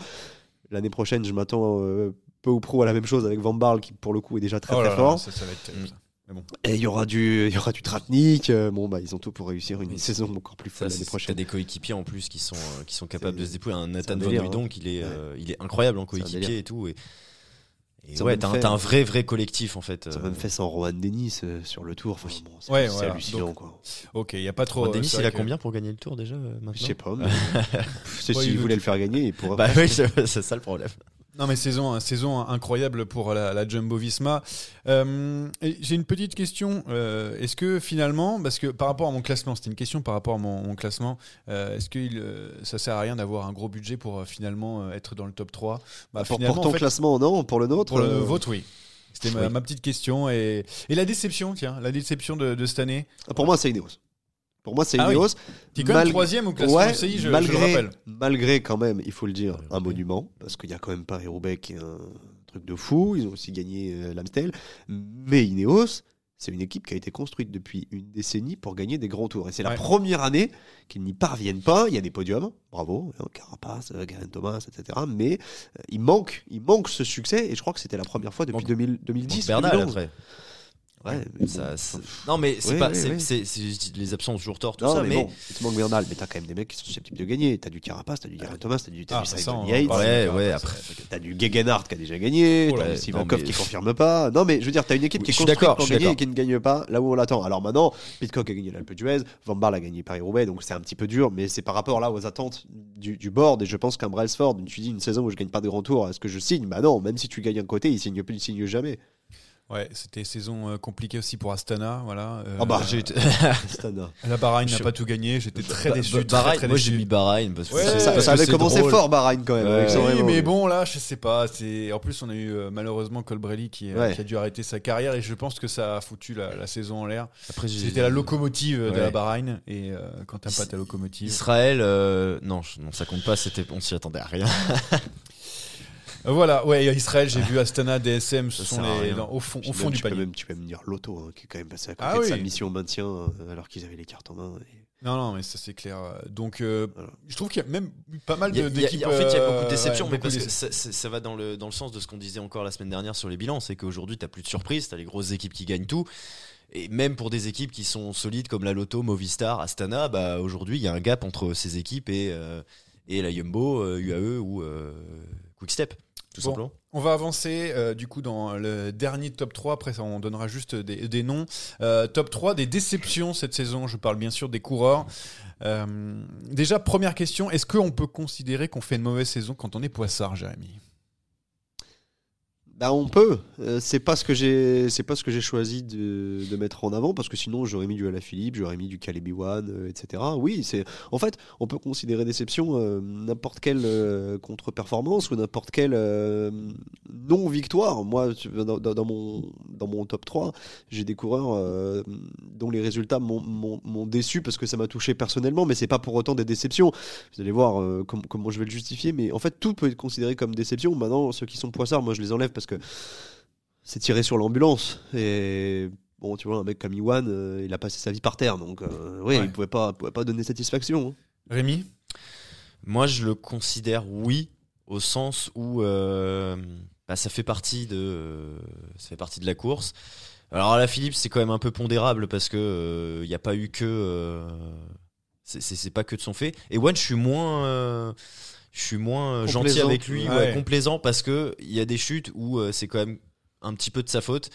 L'année prochaine, je m'attends euh, peu ou prou à la même chose avec Van Barl, qui pour le coup est déjà très Oh là là, très fort. ça, ça va être terrible, Mm. ça. Mais bon. Et il y aura du, il y aura du Tratnik. Euh, Bon bah, ils ont tout pour réussir une Oui. saison encore plus Ça, folle l'année c'est- T'as prochaine. des coéquipiers en plus qui sont, euh, qui sont capables C'est- de se dépouiller. Un Nathan Van délire, hein. Hooydonk, il, est, euh, il est incroyable en C'est un coéquipier délire. et tout. Et, et Ils ont ouais, même t'as un, fait- t'as un vrai, vrai collectif en fait. Ça euh, m'a même fait sans Rohan Dennis euh, sur le tour. Enfin, bon, c'est Ouais, c'est voilà. hallucinant, Donc, quoi. Ok, il n'y a pas trop. Bon, euh, Denis, c'est il vrai a que- combien pour gagner le tour déjà euh, Je maintenant sais pas. Mais... S'il Ouais, il voulait le faire gagner, il pourrait. Bah oui, c'est c'est ça le problème. Non, mais saison, hein, saison incroyable pour la, la Jumbo Visma. Euh, et J'ai une petite question. Euh, est-ce que finalement, parce que par rapport à mon classement, c'était une question par rapport à mon, mon classement, euh, est-ce que il, euh, ça sert à rien d'avoir un gros budget pour euh, finalement euh, être dans le top 3 bah, pour, finalement, pour ton en fait, classement, non Pour le nôtre Pour le euh, vote, oui. C'était ma, oui. ma petite question. Et, et la déception, tiens, la déception de, de cette année, Ah, Pour moi, c'est Ineos. Pour moi, c'est Ah oui. Ineos. qui est quand même Mal- troisième au classement Ouais, CI, je, je malgré, le rappelle. malgré quand même, il faut le dire, un Paris-Roubaix. monument, parce qu'il y a quand même Paris-Roubaix qui est un truc de fou, ils ont aussi gagné euh, l'Amstel, mais Ineos, c'est une équipe qui a été construite depuis une décennie pour gagner des grands tours, et c'est la Ouais. première année qu'ils n'y parviennent pas, il y a des podiums, bravo, hein, Carapace, euh, Garen Thomas, etc., mais euh, il, manque, il manque ce succès, et je crois que c'était la première fois depuis Manque- 2000 2010, Bernal 2011. après. Ouais, mais Ça- bon. c'est- Non, mais c'est Oui, pas. oui, c'est- oui. c'est- c'est- je dis- les absences, toujours tort, tout Non, ça, mais, mais. bon, tu manques Bernal, mais t'as quand même des mecs qui sont susceptibles de gagner. T'as du Carapace, t'as du Geraint Thomas, t'as du t'as Ah, du ça, Simon on en Yates, parlait. Ouais, Enfin, ouais, ça, après. t'as du Gegenhardt qui a déjà gagné, Oh là, t'as non, du Sivankov mais- qui confirme pas. Non, mais je veux dire, t'as une équipe Oui, qui est je suis construite d'accord, pour je suis gagner et d'accord. qui ne gagne pas là où on l'attend. Alors maintenant, Pitcock a gagné l'Alpe d'Huez, Van Barl a gagné Paris-Roubaix, donc c'est un petit peu dur, mais c'est par rapport là aux attentes du, du board. Et je pense qu'un Brailsford, tu dis une saison où je gagne pas de grand tour, est-ce que je signe Bah non, même si tu gagnes un côté, il signe plus, il signe jamais. Ouais, c'était saison euh, compliquée aussi pour Astana, voilà. Euh, Ah bah, J'ai été- Astana. la Bahreïn n'a je- pas tout gagné, j'étais très Bah- déçu. bah- très, Bahreïn, très moi déçu. j'ai mis Bahreïn parce que Ouais, c'est- ça, parce ça que avait c'est commencé drôle. fort Bahreïn quand même. Ouais. avec son hein. Oui, Remo, mais bon, là, je sais pas. c'est- En plus, on a eu euh, malheureusement Colbrelli qui, euh, Ouais. qui a dû arrêter sa carrière et je pense que ça a foutu la, la saison en l'air. Après, j'ai- C'était la locomotive de Ouais. la Bahreïn et euh, quand t'as pas ta locomotive. Israël, euh, non, je- non, ça compte pas, c'était, on s'y attendait à rien. Euh, Voilà, ouais, Israël, j'ai vu Astana, DSM, ce Ça sont sert à les, rien. dans- au fond, Puis au fond même, du tu peux panier. même- tu peux même dire Lotto, hein, qui est quand même passé à côté Ah de oui. sa mission au maintien euh, alors qu'ils avaient les cartes en main. et- Non, non, mais ça c'est clair. Donc, euh, Voilà. je trouve qu'il y a même eu pas mal Il y a- il de- y a- d'équipes. en fait, il y a euh, beaucoup de déceptions, ouais, mais beaucoup parce de que déceptions. ça, ça- ça va dans le, dans le sens de ce qu'on disait encore la semaine dernière sur les bilans, c'est qu'aujourd'hui, t'as plus de surprises, t'as les grosses équipes qui gagnent tout. Et même pour des équipes qui sont solides comme la Lotto, Movistar, Astana, bah, aujourd'hui, il y a un gap entre ces équipes et, euh, et la Jumbo, euh, UAE ou euh, Quickstep, tout Bon. simplement. On va avancer euh, du coup dans le dernier top 3. Après, ça, on donnera juste des, des noms. Euh, top 3 des déceptions cette saison. Je parle bien sûr des coureurs. Euh, déjà, première question est-ce qu'on peut considérer qu'on fait une mauvaise saison quand on est poissard, Jérémy Bah on peut. Euh, c'est pas ce que j'ai, c'est pas ce que j'ai choisi de, de mettre en avant parce que sinon j'aurais mis du Alaphilippe, j'aurais mis du Caleb Ewan, euh, etc. Oui, c'est. En fait, on peut considérer déception euh, n'importe quelle euh, contre-performance ou n'importe quelle euh, non-victoire. Moi, tu- dans, dans- dans mon dans mon top 3, j'ai des coureurs euh, dont les résultats m'ont- m'ont m'ont déçu parce que ça m'a touché personnellement, mais c'est pas pour autant des déceptions. Vous allez voir euh, com- comment je vais le justifier, mais en fait, tout peut être considéré comme déception. Maintenant, ceux qui sont poissards, moi, je les enlève parce que c'est tiré sur l'ambulance. Et bon, tu vois, un mec comme Iwan, euh, il a passé sa vie par terre, donc euh, oui, Ouais. il pouvait pas, pouvait pas donner satisfaction. hein. Rémi Moi, je le considère oui, au sens où euh, bah, ça fait partie de ça fait partie de la course. Alors la Philippe, c'est quand même un peu pondérable parce que euh, il n'y a pas eu que euh, c'est- c'est c'est pas que de son fait. Et One, je suis moins euh, je suis moins euh, gentil Complaisant. avec lui, Ouais. ouais, complaisant parce que il y a des chutes où euh, c'est quand même un petit peu de sa faute.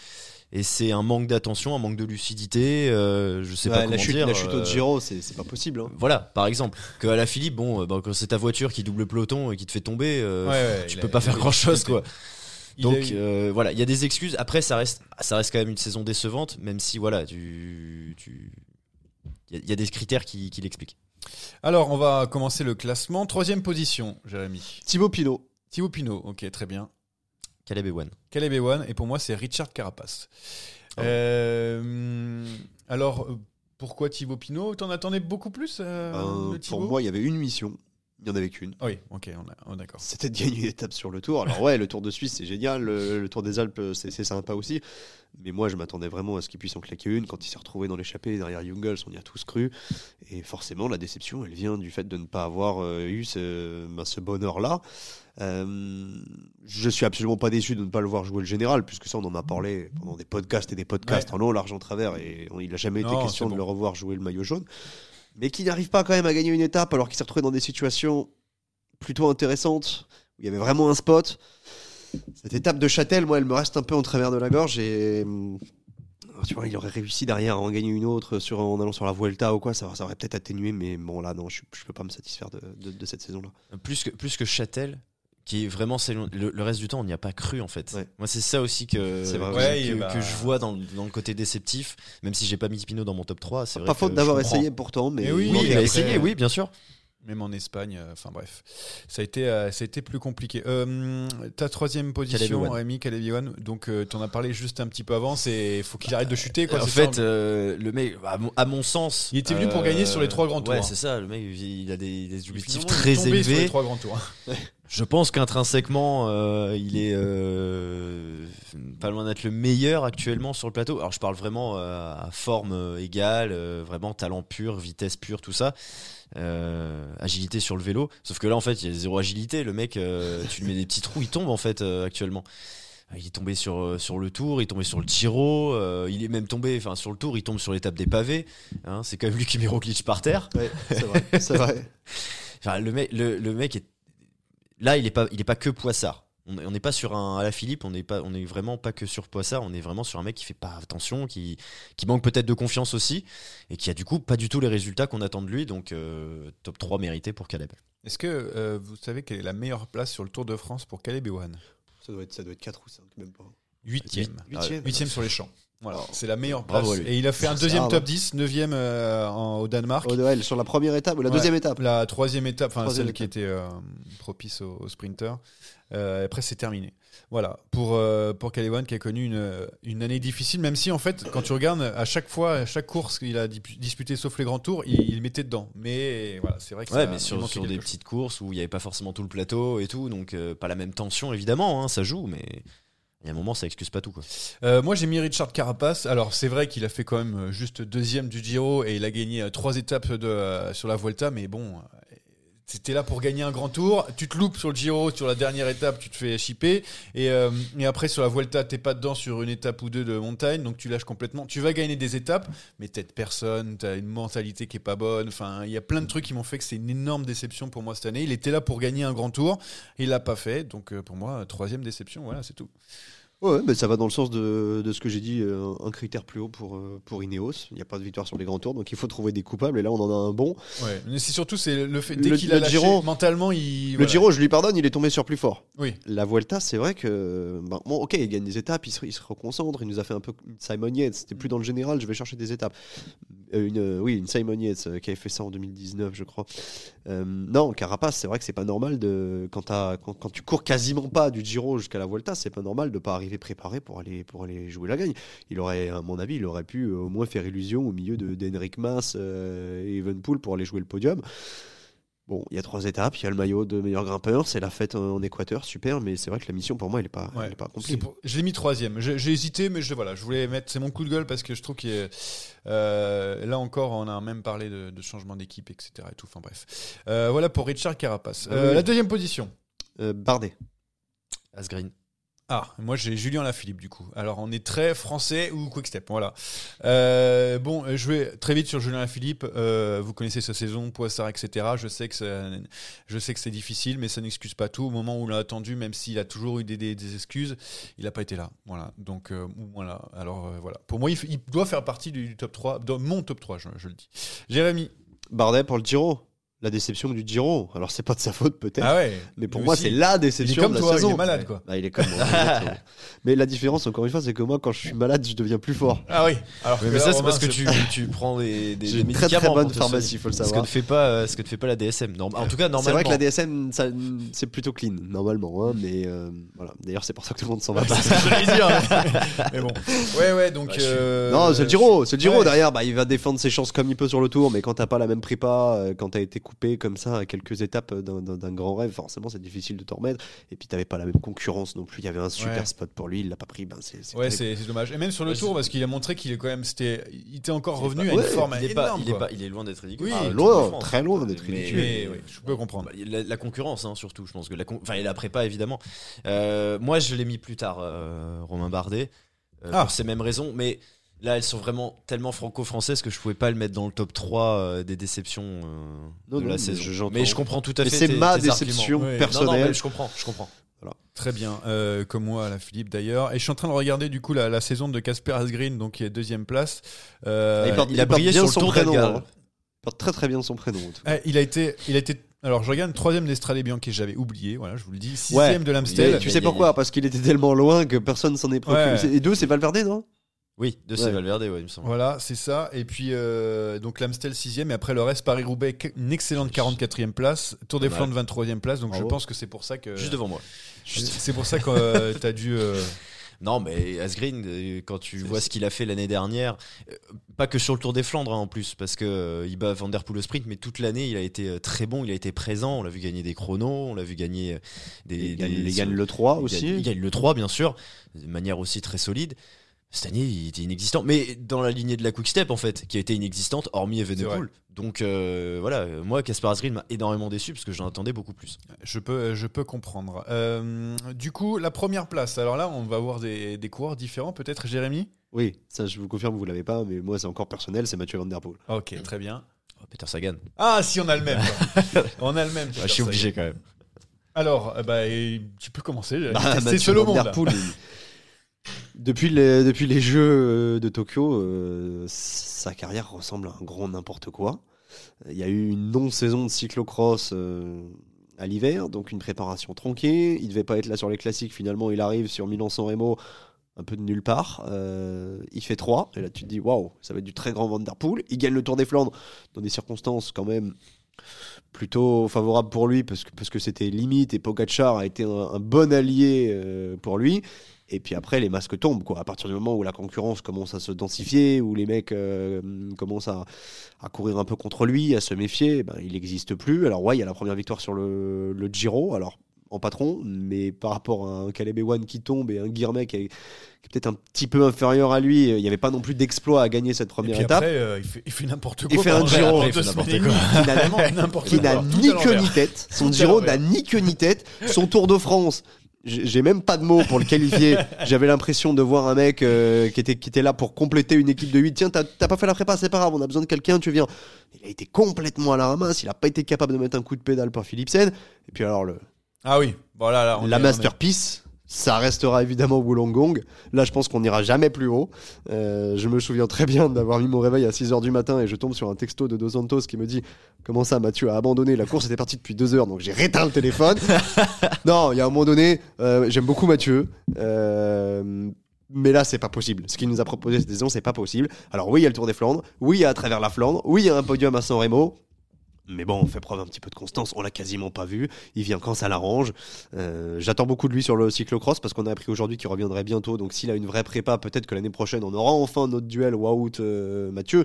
Et c'est un manque d'attention, un manque de lucidité, euh, je sais Ouais, pas comment la, chute, dire. la chute au euh, Giro, c'est c'est pas possible. hein. voilà, par exemple, que à la Philippe, bon, euh, bah, quand c'est ta voiture qui double peloton et qui te fait tomber, euh, tu peux pas faire grand chose, quoi. Donc euh, voilà, il y a des excuses. Après, ça reste, ça reste quand même une saison décevante, même si voilà, tu, tu, il y, a- il y a des critères qui, qui l'expliquent. Alors, on va commencer le classement. Troisième position, Jérémy. Thibaut Pinot. Thibaut Pinot, ok, très bien. Caleb Ewan. Oh. Caleb Ewan, et pour moi, c'est Richard Carapace. Euh, alors, euh, pourquoi Thibaut Pinot T'en attendais beaucoup plus euh, Euh, de pour Thibaut moi, il y avait une mission. Il n'y en avait qu'une. Ah Oui, ok, on a- on est d'accord. C'était de gagner une étape sur le tour. Alors ouais, le Tour de Suisse c'est génial, le, le Tour des Alpes euh, c'est c'est sympa aussi. Mais moi je m'attendais vraiment à ce qu'il puisse en claquer une. Quand il s'est retrouvé dans l'échappée derrière Jungels, on y a tous cru. Et forcément la déception, elle vient du fait de ne pas avoir euh, eu ce, ben, ce bonheur-là. Euh, je suis absolument pas déçu de ne pas le voir jouer le général, puisque ça on en a parlé pendant des podcasts et des podcasts en long, large, en travers, et on- il n'a jamais été Non, c'est question de bon. le revoir jouer le maillot jaune. Mais qu'il n'arrive pas quand même à gagner une étape alors qu'il s'est retrouvé dans des situations plutôt intéressantes, où il y avait vraiment un spot. Cette étape de Châtel, moi, elle me reste un peu en travers de la gorge et hum, tu vois, il aurait réussi derrière à en gagner une autre sur, en allant sur la Vuelta ou quoi, ça, ça aurait peut-être atténué, mais bon là non, je, je peux pas me satisfaire de, de- de cette saison-là. Plus que plus que Châtel, qui est vraiment s'éloign- le, le reste du temps, on n'y a pas cru en fait. Ouais. Moi, c'est ça aussi que C'est vrai. que, Ouais, que- et bah- que je vois dans, le- dans le côté déceptif, même si j'ai pas mis Pino dans mon top 3 c'est vrai Pas que faute je d'avoir comprends. essayé pourtant, mais Mais Eh oui, Oui, il manque il a après, essayé, euh, oui, bien sûr. Même en Espagne, euh, enfin bref, ça a été, euh, ça a été plus compliqué. Euh, ta troisième position, Ewan. Rémi Caleb Ewan, donc euh, t'en as parlé juste un petit peu avant, c'est il faut qu'il arrête de chuter. Quoi, Bah, en c'est fait, ça euh, le mec, à mon, à mon sens. euh, Il était venu pour gagner sur les trois grands tours, Ouais, hein. c'est ça. Le mec, il a des, des Et objectifs finalement, il est très tombé sur les élevés. trois grands tours. Je pense qu'intrinsèquement, euh, il est euh, pas loin d'être le meilleur actuellement sur le plateau. Alors, je parle vraiment euh, à forme euh, égale, euh, vraiment talent pur, vitesse pure, tout ça. Euh, agilité sur le vélo. Sauf que là, en fait, il y a zéro agilité. Le mec, euh, tu lui mets des petits trous, il tombe en fait euh, actuellement. Il est tombé sur, euh, sur le tour, il est tombé sur le Giro, euh, il est même tombé, enfin sur le tour, il tombe sur l'étape des pavés. hein, c'est quand même lui qui met Roglic par terre. Ouais, c'est vrai, c'est vrai. Enfin, le, mec, le, le mec est. Là, il n'est pas, il est pas que Poissard. On est- on n'est pas sur un à la Philippe, on n'est pas, on est vraiment pas que sur Poissard. On est vraiment sur un mec qui fait pas attention, qui, qui manque peut-être de confiance aussi, et qui a du coup pas du tout les résultats qu'on attend de lui. Donc euh, top 3 mérité pour Caleb. Est-ce que euh, vous savez quelle est la meilleure place sur le Tour de France pour Caleb Ewan Ça doit, être, ça doit être 4 ou 5, même pas. Huitième. Huitième. Huitième sur les champs. Voilà, c'est la meilleure place. Ah Oh. Bravo à lui. Et il a fait un C'est deuxième rare, top hein. 10, neuvième euh, en- au Danemark. Au Noël, sur la première étape ou la Ouais. deuxième étape La troisième étape, enfin Troisième celle qui étape. était euh, propice aux, aux sprinters. Euh, après, c'est terminé. Voilà, pour, euh, pour Calewan qui a connu une, une année difficile, même si en fait, quand tu regardes à chaque fois, à chaque course qu'il a dip- disputé, sauf les grands tours, il, il mettait dedans. Mais voilà, c'est vrai que Ouais, ça mais il sur, manquait sur des quelque petites courses où il n'y avait pas forcément tout le plateau et tout, donc euh, pas la même tension évidemment, hein, ça joue, mais il y a un moment ça excuse pas tout quoi. Euh, moi, j'ai mis Richard Carapace. Alors, c'est vrai qu'il a fait quand même euh, juste deuxième du Giro et il a gagné euh, trois étapes de, euh, sur la Vuelta, mais bon. euh, C'était là pour gagner un grand tour. Tu te loupes sur le Giro, sur la dernière étape, tu te fais chipper. Et, euh, et après, sur la Vuelta, t'es pas dedans sur une étape ou deux de montagne, donc tu lâches complètement. Tu vas gagner des étapes, mais t'aides personne, t'as une mentalité qui est pas bonne. Enfin, il y a plein de trucs qui m'ont fait que c'est une énorme déception pour moi cette année. Il était là pour gagner un grand tour, il l'a pas fait. Donc, euh, pour moi, troisième déception, voilà, c'est tout. Ouais, mais ça va dans le sens de, de ce que j'ai dit, euh, un critère plus haut pour, euh, pour Ineos. Il n'y a pas de victoire sur les grands tours, donc il faut trouver des coupables, et là on en a un bon. Ouais, mais c'est surtout c'est le fait dès Le- qu'il a le lâché, Giro- mentalement il Le voilà. Giro, je lui pardonne, il est tombé sur plus fort. Oui. La Vuelta, c'est vrai que. ben, bon, ok, il gagne des étapes, il se, il se reconcentre, il nous a fait un peu une Simon Yates. C'était Mm. plus dans le général, je vais chercher des étapes. Euh, une, euh, oui, une Simon Yates euh, qui avait fait ça en 2019, je crois. Euh, non, Carapace, c'est vrai que c'est pas normal de. Quand, t'as- quand, quand tu cours quasiment pas du Giro jusqu'à la Vuelta, c'est pas normal de pas arriver préparé pour aller, pour aller jouer la gagne. Il aurait, à mon avis, il aurait pu euh, au moins faire illusion au milieu de- d'Henrik Mas euh, et Evenpool pour aller jouer le podium. Bon, il y a trois étapes, il y a le maillot de meilleur grimpeur, c'est la fête en en Équateur, super, mais c'est vrai que la mission pour moi, elle n'est pas, Ouais. elle est pas accomplie. C'est pour- je l'ai mis troisième. J'ai j'ai hésité, mais je, voilà, je voulais mettre. C'est mon coup de gueule parce que je trouve qu'il est. euh, là encore, on a même parlé de, de changement d'équipe, etc. Et tout. Enfin bref. Euh, voilà pour Richard Carapace. Euh, Oui, oui. La deuxième position. Euh, Bardet. Asgreen. Ah, moi j'ai Julien Lafilippe du coup. Alors on est très français ou Quickstep, voilà. Euh, bon, euh, je vais très vite sur Julien Lafilippe. Euh, vous connaissez sa saison, Poissard, etc. Je sais que ça- je sais que c'est difficile, mais ça n'excuse pas tout. Au moment où on l'a attendu, même s'il a toujours eu des, des- des excuses, il n'a pas été là. Voilà. Donc euh, voilà. Alors euh, voilà. Pour moi, il, f- il doit faire partie du, du top 3, dans mon top 3, je, je le dis. Jérémy. Bardet pour le Giro. La déception du Giro. Alors, c'est pas de sa faute, peut-être. Ah ouais. Mais pour lui moi, aussi. c'est la Il est déception comme de la toi, saison. il est malade quoi. Bah, il est comme moi, exactement. Mais la différence, encore une fois, c'est que moi, quand je suis malade, je deviens plus fort. Ah oui. Alors Mais, que là, ça c'est Romain, parce que je- tu, tu prends des, des, J'ai des une très très médicaments bonne pour te soigner. pharmacie, il faut le Ce que savoir. ne fait pas, euh, ce que ne fait pas la DSM. Norm- En tout cas, normalement. C'est vrai que la DSM, ça, c'est plutôt clean, normalement. hein, mais euh, voilà. D'ailleurs, c'est pour ça que tout le monde Ah, s'en va. bah, J'allais dire, mais- mais bon. Ouais, ouais, donc. Bah, je suis- euh, Non, c'est le Giro. C'est le Giro Ouais. derrière. Bah, il va défendre ses chances comme il peut sur le tour. Mais quand t'as pas la même prépa, euh, quand t'as été coupé comme ça à quelques étapes d'un- d'un d'un grand rêve, forcément, c'est difficile de t'en remettre. Et puis t'avais pas la même concurrence non plus. Il y avait un super Ouais. spot pour lui. Il l'a pas pris. Ben, c'est c'est Ouais, terrible. c'est c'est dommage. Et même sur le Ouais, tour, c'est- parce qu'il a montré qu'il est quand même. C'était, il était encore il est revenu pas- à une ouais, forme il est, pas, énorme. il, est quoi. pas- il est loin d'être ridicule. Oui, Ah, loin, de France. très loin d'être Mais- ridicule. Mais oui, je peux comprendre. Bah, La, la concurrence, hein, surtout, je pense que la, con- enfin, et la prépa, évidemment. Euh, moi, je l'ai mis plus tard, euh, Romain Bardet, euh, Ah. pour ces mêmes raisons, mais là, elles sont vraiment tellement franco-françaises que je pouvais pas le mettre dans le top 3 euh, des déceptions euh, de Non, non, la mais saison. je- j'entends. mais je comprends tout à Mais fait. c'est tes- ma tes arguments. déception Ouais. Non, non, personnelle. mais je comprends, je comprends. Très bien, euh, comme moi, la Philippe d'ailleurs. Et je suis en train de regarder du coup la, la saison de Casper Asgreen, donc qui est deuxième place. Euh, Il porte- il a porte brillé bien sur le son Tour prénom. d'Algarve. hein. Il porte très très bien son prénom. en tout cas. ah, il a été, il a été. Alors je regarde troisième d'Estrade Bianchi, j'avais oublié. Voilà, je vous le dis. Sixième de l'Amstel. Mais tu sais il y a- pourquoi Parce qu'il était tellement loin que personne s'en est préoccupé. Ouais. C'est- Et deux, c'est Valverde, non Oui, de Ouais. ces Valverde, ouais, il me semble. Voilà, c'est ça. Et puis, euh, donc l'Amstel 6 et après le reste, Paris-Roubaix, qu- une excellente 44e place, Tour des Pas Flandres 23e place. Donc je Bravo. pense que c'est pour ça que. Juste devant moi. C'est pour ça que euh, t'as dû. euh, Non, mais Asgreen, euh, quand tu vois ce qu'il a fait l'année dernière, euh, pas que sur le Tour des Flandres hein, en plus, parce que euh, il bat Van Der Poel au sprint, mais toute l'année il a été euh, très bon, il a été présent, on l'a vu gagner des chronos, on l'a vu gagner euh, des. Il gagne, des- il gagne le 3 Ah, il gagne- aussi. il gagne le 3, bien sûr, de manière aussi très solide. Cette année, il était inexistant. Mais dans la lignée de la Quickstep, en fait, qui a été inexistante, hormis vrai. Evenepoel. Donc euh, voilà, euh, moi, Kaspar Asgreen m'a énormément déçu parce que j'en attendais beaucoup plus. Je peux, je peux comprendre. Euh, du coup, la première place. Alors là, on va voir des, des coureurs différents, peut-être, Jérémy Oui, ça je vous confirme, vous l'avez pas, mais moi c'est encore personnel, c'est Mathieu Van Der Poel. Ok, très bien. Oh, Peter Sagan, Ah, si, on a le même. on a le même. Ah, je suis obligé quand même. Alors, euh, bah, et tu peux commencer. Bah, C'est Mathieu solo Van monde. Der là. Poel, il- depuis, les, depuis les Jeux euh, de Tokyo, euh, sa carrière ressemble à un grand n'importe quoi. Il y a eu une non-saison de cyclocross euh, à l'hiver, donc une préparation tronquée. Il devait pas être là sur les classiques, finalement il arrive sur Milan-San Remo un peu de nulle part. Euh, il fait 3, et là tu te dis, waouh, ça va être du très grand Van Der Poel. Il gagne le Tour des Flandres dans des circonstances quand même plutôt favorable pour lui parce que parce que c'était limite et Pogacar a été un, un bon allié euh, pour lui. Et puis après, les masques tombent. Quoi. À partir du moment où la concurrence commence à se densifier, où les mecs euh, commencent à, à courir un peu contre lui, à se méfier, eh ben, il n'existe plus. Alors ouais, il y a la première victoire sur le, le Giro, alors en patron, mais par rapport à un Caleb Ewan qui tombe et un Guirmec qui est, qui est peut-être un petit peu inférieur à lui, il n'y avait pas non plus d'exploit à gagner cette Et première puis étape après, euh, il, fait, il fait n'importe quoi. Il fait un pendant Giro. pendant Après, il deux fait n'importe semaines et quoi. demie. Qui n'a- N'importe qui quoi. n'a Tout ni à queue l'envers. ni tête. Son Tout à Giro n'a l'envers. ni queue ni tête. Son Tour de France, j'ai j'ai même pas de mots pour le qualifier. J'avais l'impression de voir un mec euh, qui, était, qui était là pour compléter une équipe de 8. Tiens, t'as t'as pas fait la prépa, c'est pas grave, on a besoin de quelqu'un, tu viens. Il a été complètement à la ramasse, il a pas été capable de mettre un coup de pédale pour Philipsen. Et puis alors, le, Ah oui, voilà. là, on la est- on est- masterpiece, ça restera évidemment Wollongong. Là, je pense qu'on n'ira jamais plus haut. Euh, je me souviens très bien d'avoir mis mon réveil à 6h du matin et je tombe sur un texto de Dos Santos qui me dit Comment ça, Mathieu a abandonné La course était partie depuis 2 heures, donc j'ai réteint le téléphone. non, il y a un moment donné, euh, j'aime beaucoup Mathieu. euh, mais là, c'est pas possible. Ce qu'il nous a proposé cette saison, c'est pas possible. Alors, oui, il y a le Tour des Flandres. Oui, il y a à travers la Flandre. Oui, il y a un podium à San Remo. Mais bon, on fait preuve un petit peu de constance. On l'a quasiment pas vu. Il vient quand ça l'arrange. Euh, j'attends beaucoup de lui sur le cyclocross parce qu'on a appris aujourd'hui qu'il reviendrait bientôt. Donc s'il a une vraie prépa, peut-être que l'année prochaine on aura enfin notre duel Wout euh, Mathieu.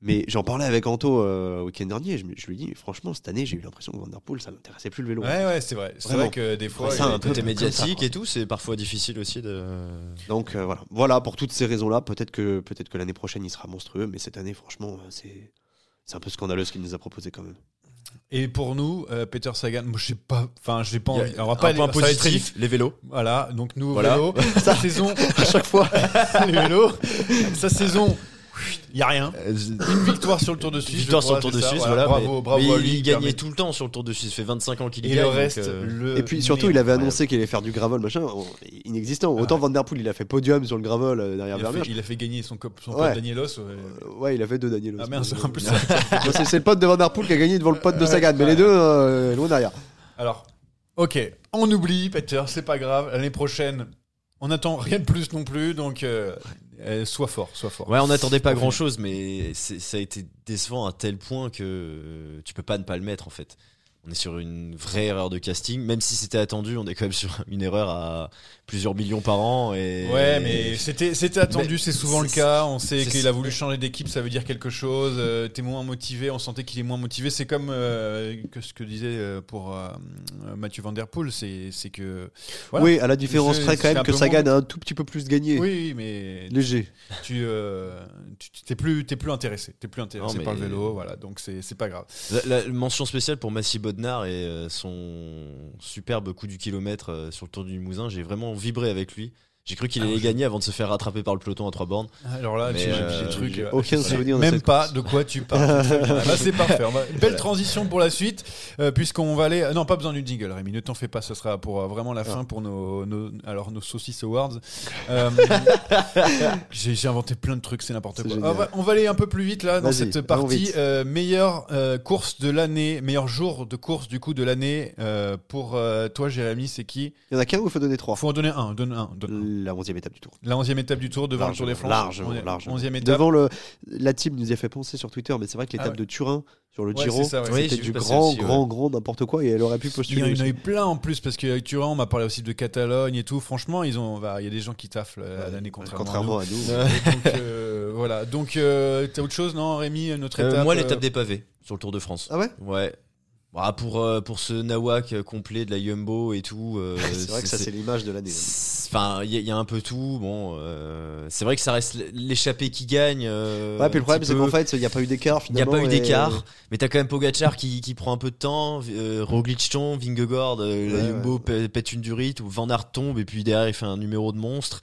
Mais j'en parlais avec Anto euh, au week-end dernier. Je, me- je lui dis franchement cette année j'ai eu l'impression que Vanderpool ça l'intéressait plus le vélo. Ouais, ouais, c'est vrai. C'est Vraiment. vrai que des fois. Ça, il y a un des- peu Côté comme ça, médiatique quoi. et tout, c'est parfois difficile aussi de. Donc euh, voilà, voilà pour toutes ces raisons là. Peut-être que peut-être que l'année prochaine il sera monstrueux, mais cette année franchement euh, c'est c'est un peu scandaleux ce qu'il nous a proposé quand même. Et pour nous, euh, Peter Sagan, moi, j'ai pas. Enfin, j'ai pas Il y a envie. On va un pas aller- point ça va être très vite. positif, les vélos. Voilà, donc nous, Voilà. vélo. Sa saison, À chaque fois. les vélos. Sa saison, il y a rien. Une victoire sur le Tour de Suisse. Euh, Victoire je sur crois, le Tour de c'est ça, Suisse, voilà. voilà. Bravo, mais- bravo. mais à il, lui, gagnait permet- tout le temps sur le Tour de Suisse. Ça fait 25 ans qu'il y Et gagne. le donc, reste, euh, le Et puis surtout, il merde. avait annoncé qu'il allait faire du gravel, machin, oh, inexistant. Autant Vanderpool, il a fait podium sur le gravel euh, derrière Il a, Vermeer. fait, il a fait gagner son, cop- son Ouais. pote Danielos. ouais. Euh, Ouais, il a fait deux Daniel. Ah mince, en plus. Moi, c'est c'est le pote de Van Der Poel qui a gagné devant le pote de Sagan, mais les deux, euh, loin derrière. Alors, ok, on oublie Peter, c'est pas grave. L'année prochaine, on n'attend rien de plus non plus, donc euh, euh, sois fort, sois fort. Ouais, on n'attendait pas Enfin. grand chose, mais c'est- ça a été décevant à tel point que euh, tu peux pas ne pas le mettre en fait. On est sur une vraie erreur de casting, même si c'était attendu, on est quand même sur une erreur à plusieurs millions par an. Et Ouais, mais c'était c'était attendu, Mais c'est souvent le c'est- cas. On sait c'est- qu'il a voulu changer d'équipe, ça veut dire quelque chose. Euh, T'es moins motivé, on sentait qu'il est moins motivé. C'est comme euh, que ce que disait euh, pour euh, Mathieu Van Der Poel, c'est c'est que. voilà. Oui, à la différence C'est- près c'est quand un même que peu Sagan moins- a un tout petit peu plus gagné. Oui, oui, mais Léger. tu euh, tu- tu- t'es plus t'es plus intéressé, t'es plus intéressé Non, mais- par le vélo, voilà. Donc c'est c'est pas grave. La, la mention spéciale pour Massy Bodnar et euh, son superbe coup du kilomètre euh, sur le Tour du Limousin, j'ai vraiment vibré avec lui. J'ai cru qu'il allait gagner avant de se faire rattraper par le peloton à trois bornes. Alors là, Mais, tu euh, j'ai des trucs. j'ai euh, aucun je sais souvenir de Même cette pas course. de quoi tu parles. Très bien. Bah, c'est parfait. On va- Belle transition pour la suite, euh, puisqu'on va aller. Non, pas besoin du jingle, Rémi. Ne t'en fais pas. Ce sera pour euh, vraiment Ah. la fin pour nos, nos- alors nos saucisses awards. Euh, j'ai j'ai inventé plein de trucs, c'est n'importe C'est quoi. Ah, génial. On va, on va aller un peu plus vite là dans Vas-y, cette allons partie vite. Euh, meilleure euh, course de l'année, meilleur jour de course du coup de l'année euh, pour euh, toi, Jérémy. C'est qui Il y en a qu'un où il faut donner trois. Faut en donner un. Donne un. donne un. La onzième étape du tour. La onzième étape du tour devant le Tour des Flandres. large, On est- large. Onzième étape. Devant le, la team nous y a fait penser sur Twitter, mais c'est vrai que l'étape Ah ouais. de Turin sur le Ouais, Giro, c'est ça, ouais. Oui, j'ai c'était vu du passer grand, aussi, ouais. grand, grand n'importe quoi et elle aurait pu Il y postuler. en il y en aussi. a eu plein en plus parce qu'avec Turin, on m'a parlé aussi de Catalogne et tout. Franchement, ils ont, bah, il y a des gens qui taffent euh, à l'année contrairement, Contrairement à nous. à nous. Et donc, euh, voilà. Donc, euh, t'as autre chose, non, Rémi, notre Euh, étape moi, euh, l'étape des pavés sur le Tour de France. Ah ouais Ouais. Bah, pour, euh, pour ce nawak euh, complet de la Yumbo et tout. euh, c'est vrai que ça, c'est l'image de l'année. hein. c'est- Enfin, il y, a- il y a un peu tout. Bon, euh, c'est vrai que ça reste l'échappé qui gagne. euh, Ouais, puis un le problème, petit c'est peu. qu'en fait, il n'y a pas eu d'écart Il n'y a finalement. pas eu et- d'écart, mais t'as quand même Pogachar qui, qui prend un peu de temps, euh, Roglic tombe, Vingegaard, euh, la Ouais, Jumbo pè- pète une durite, ou Van Aert tombe et puis derrière il fait un numéro de monstre.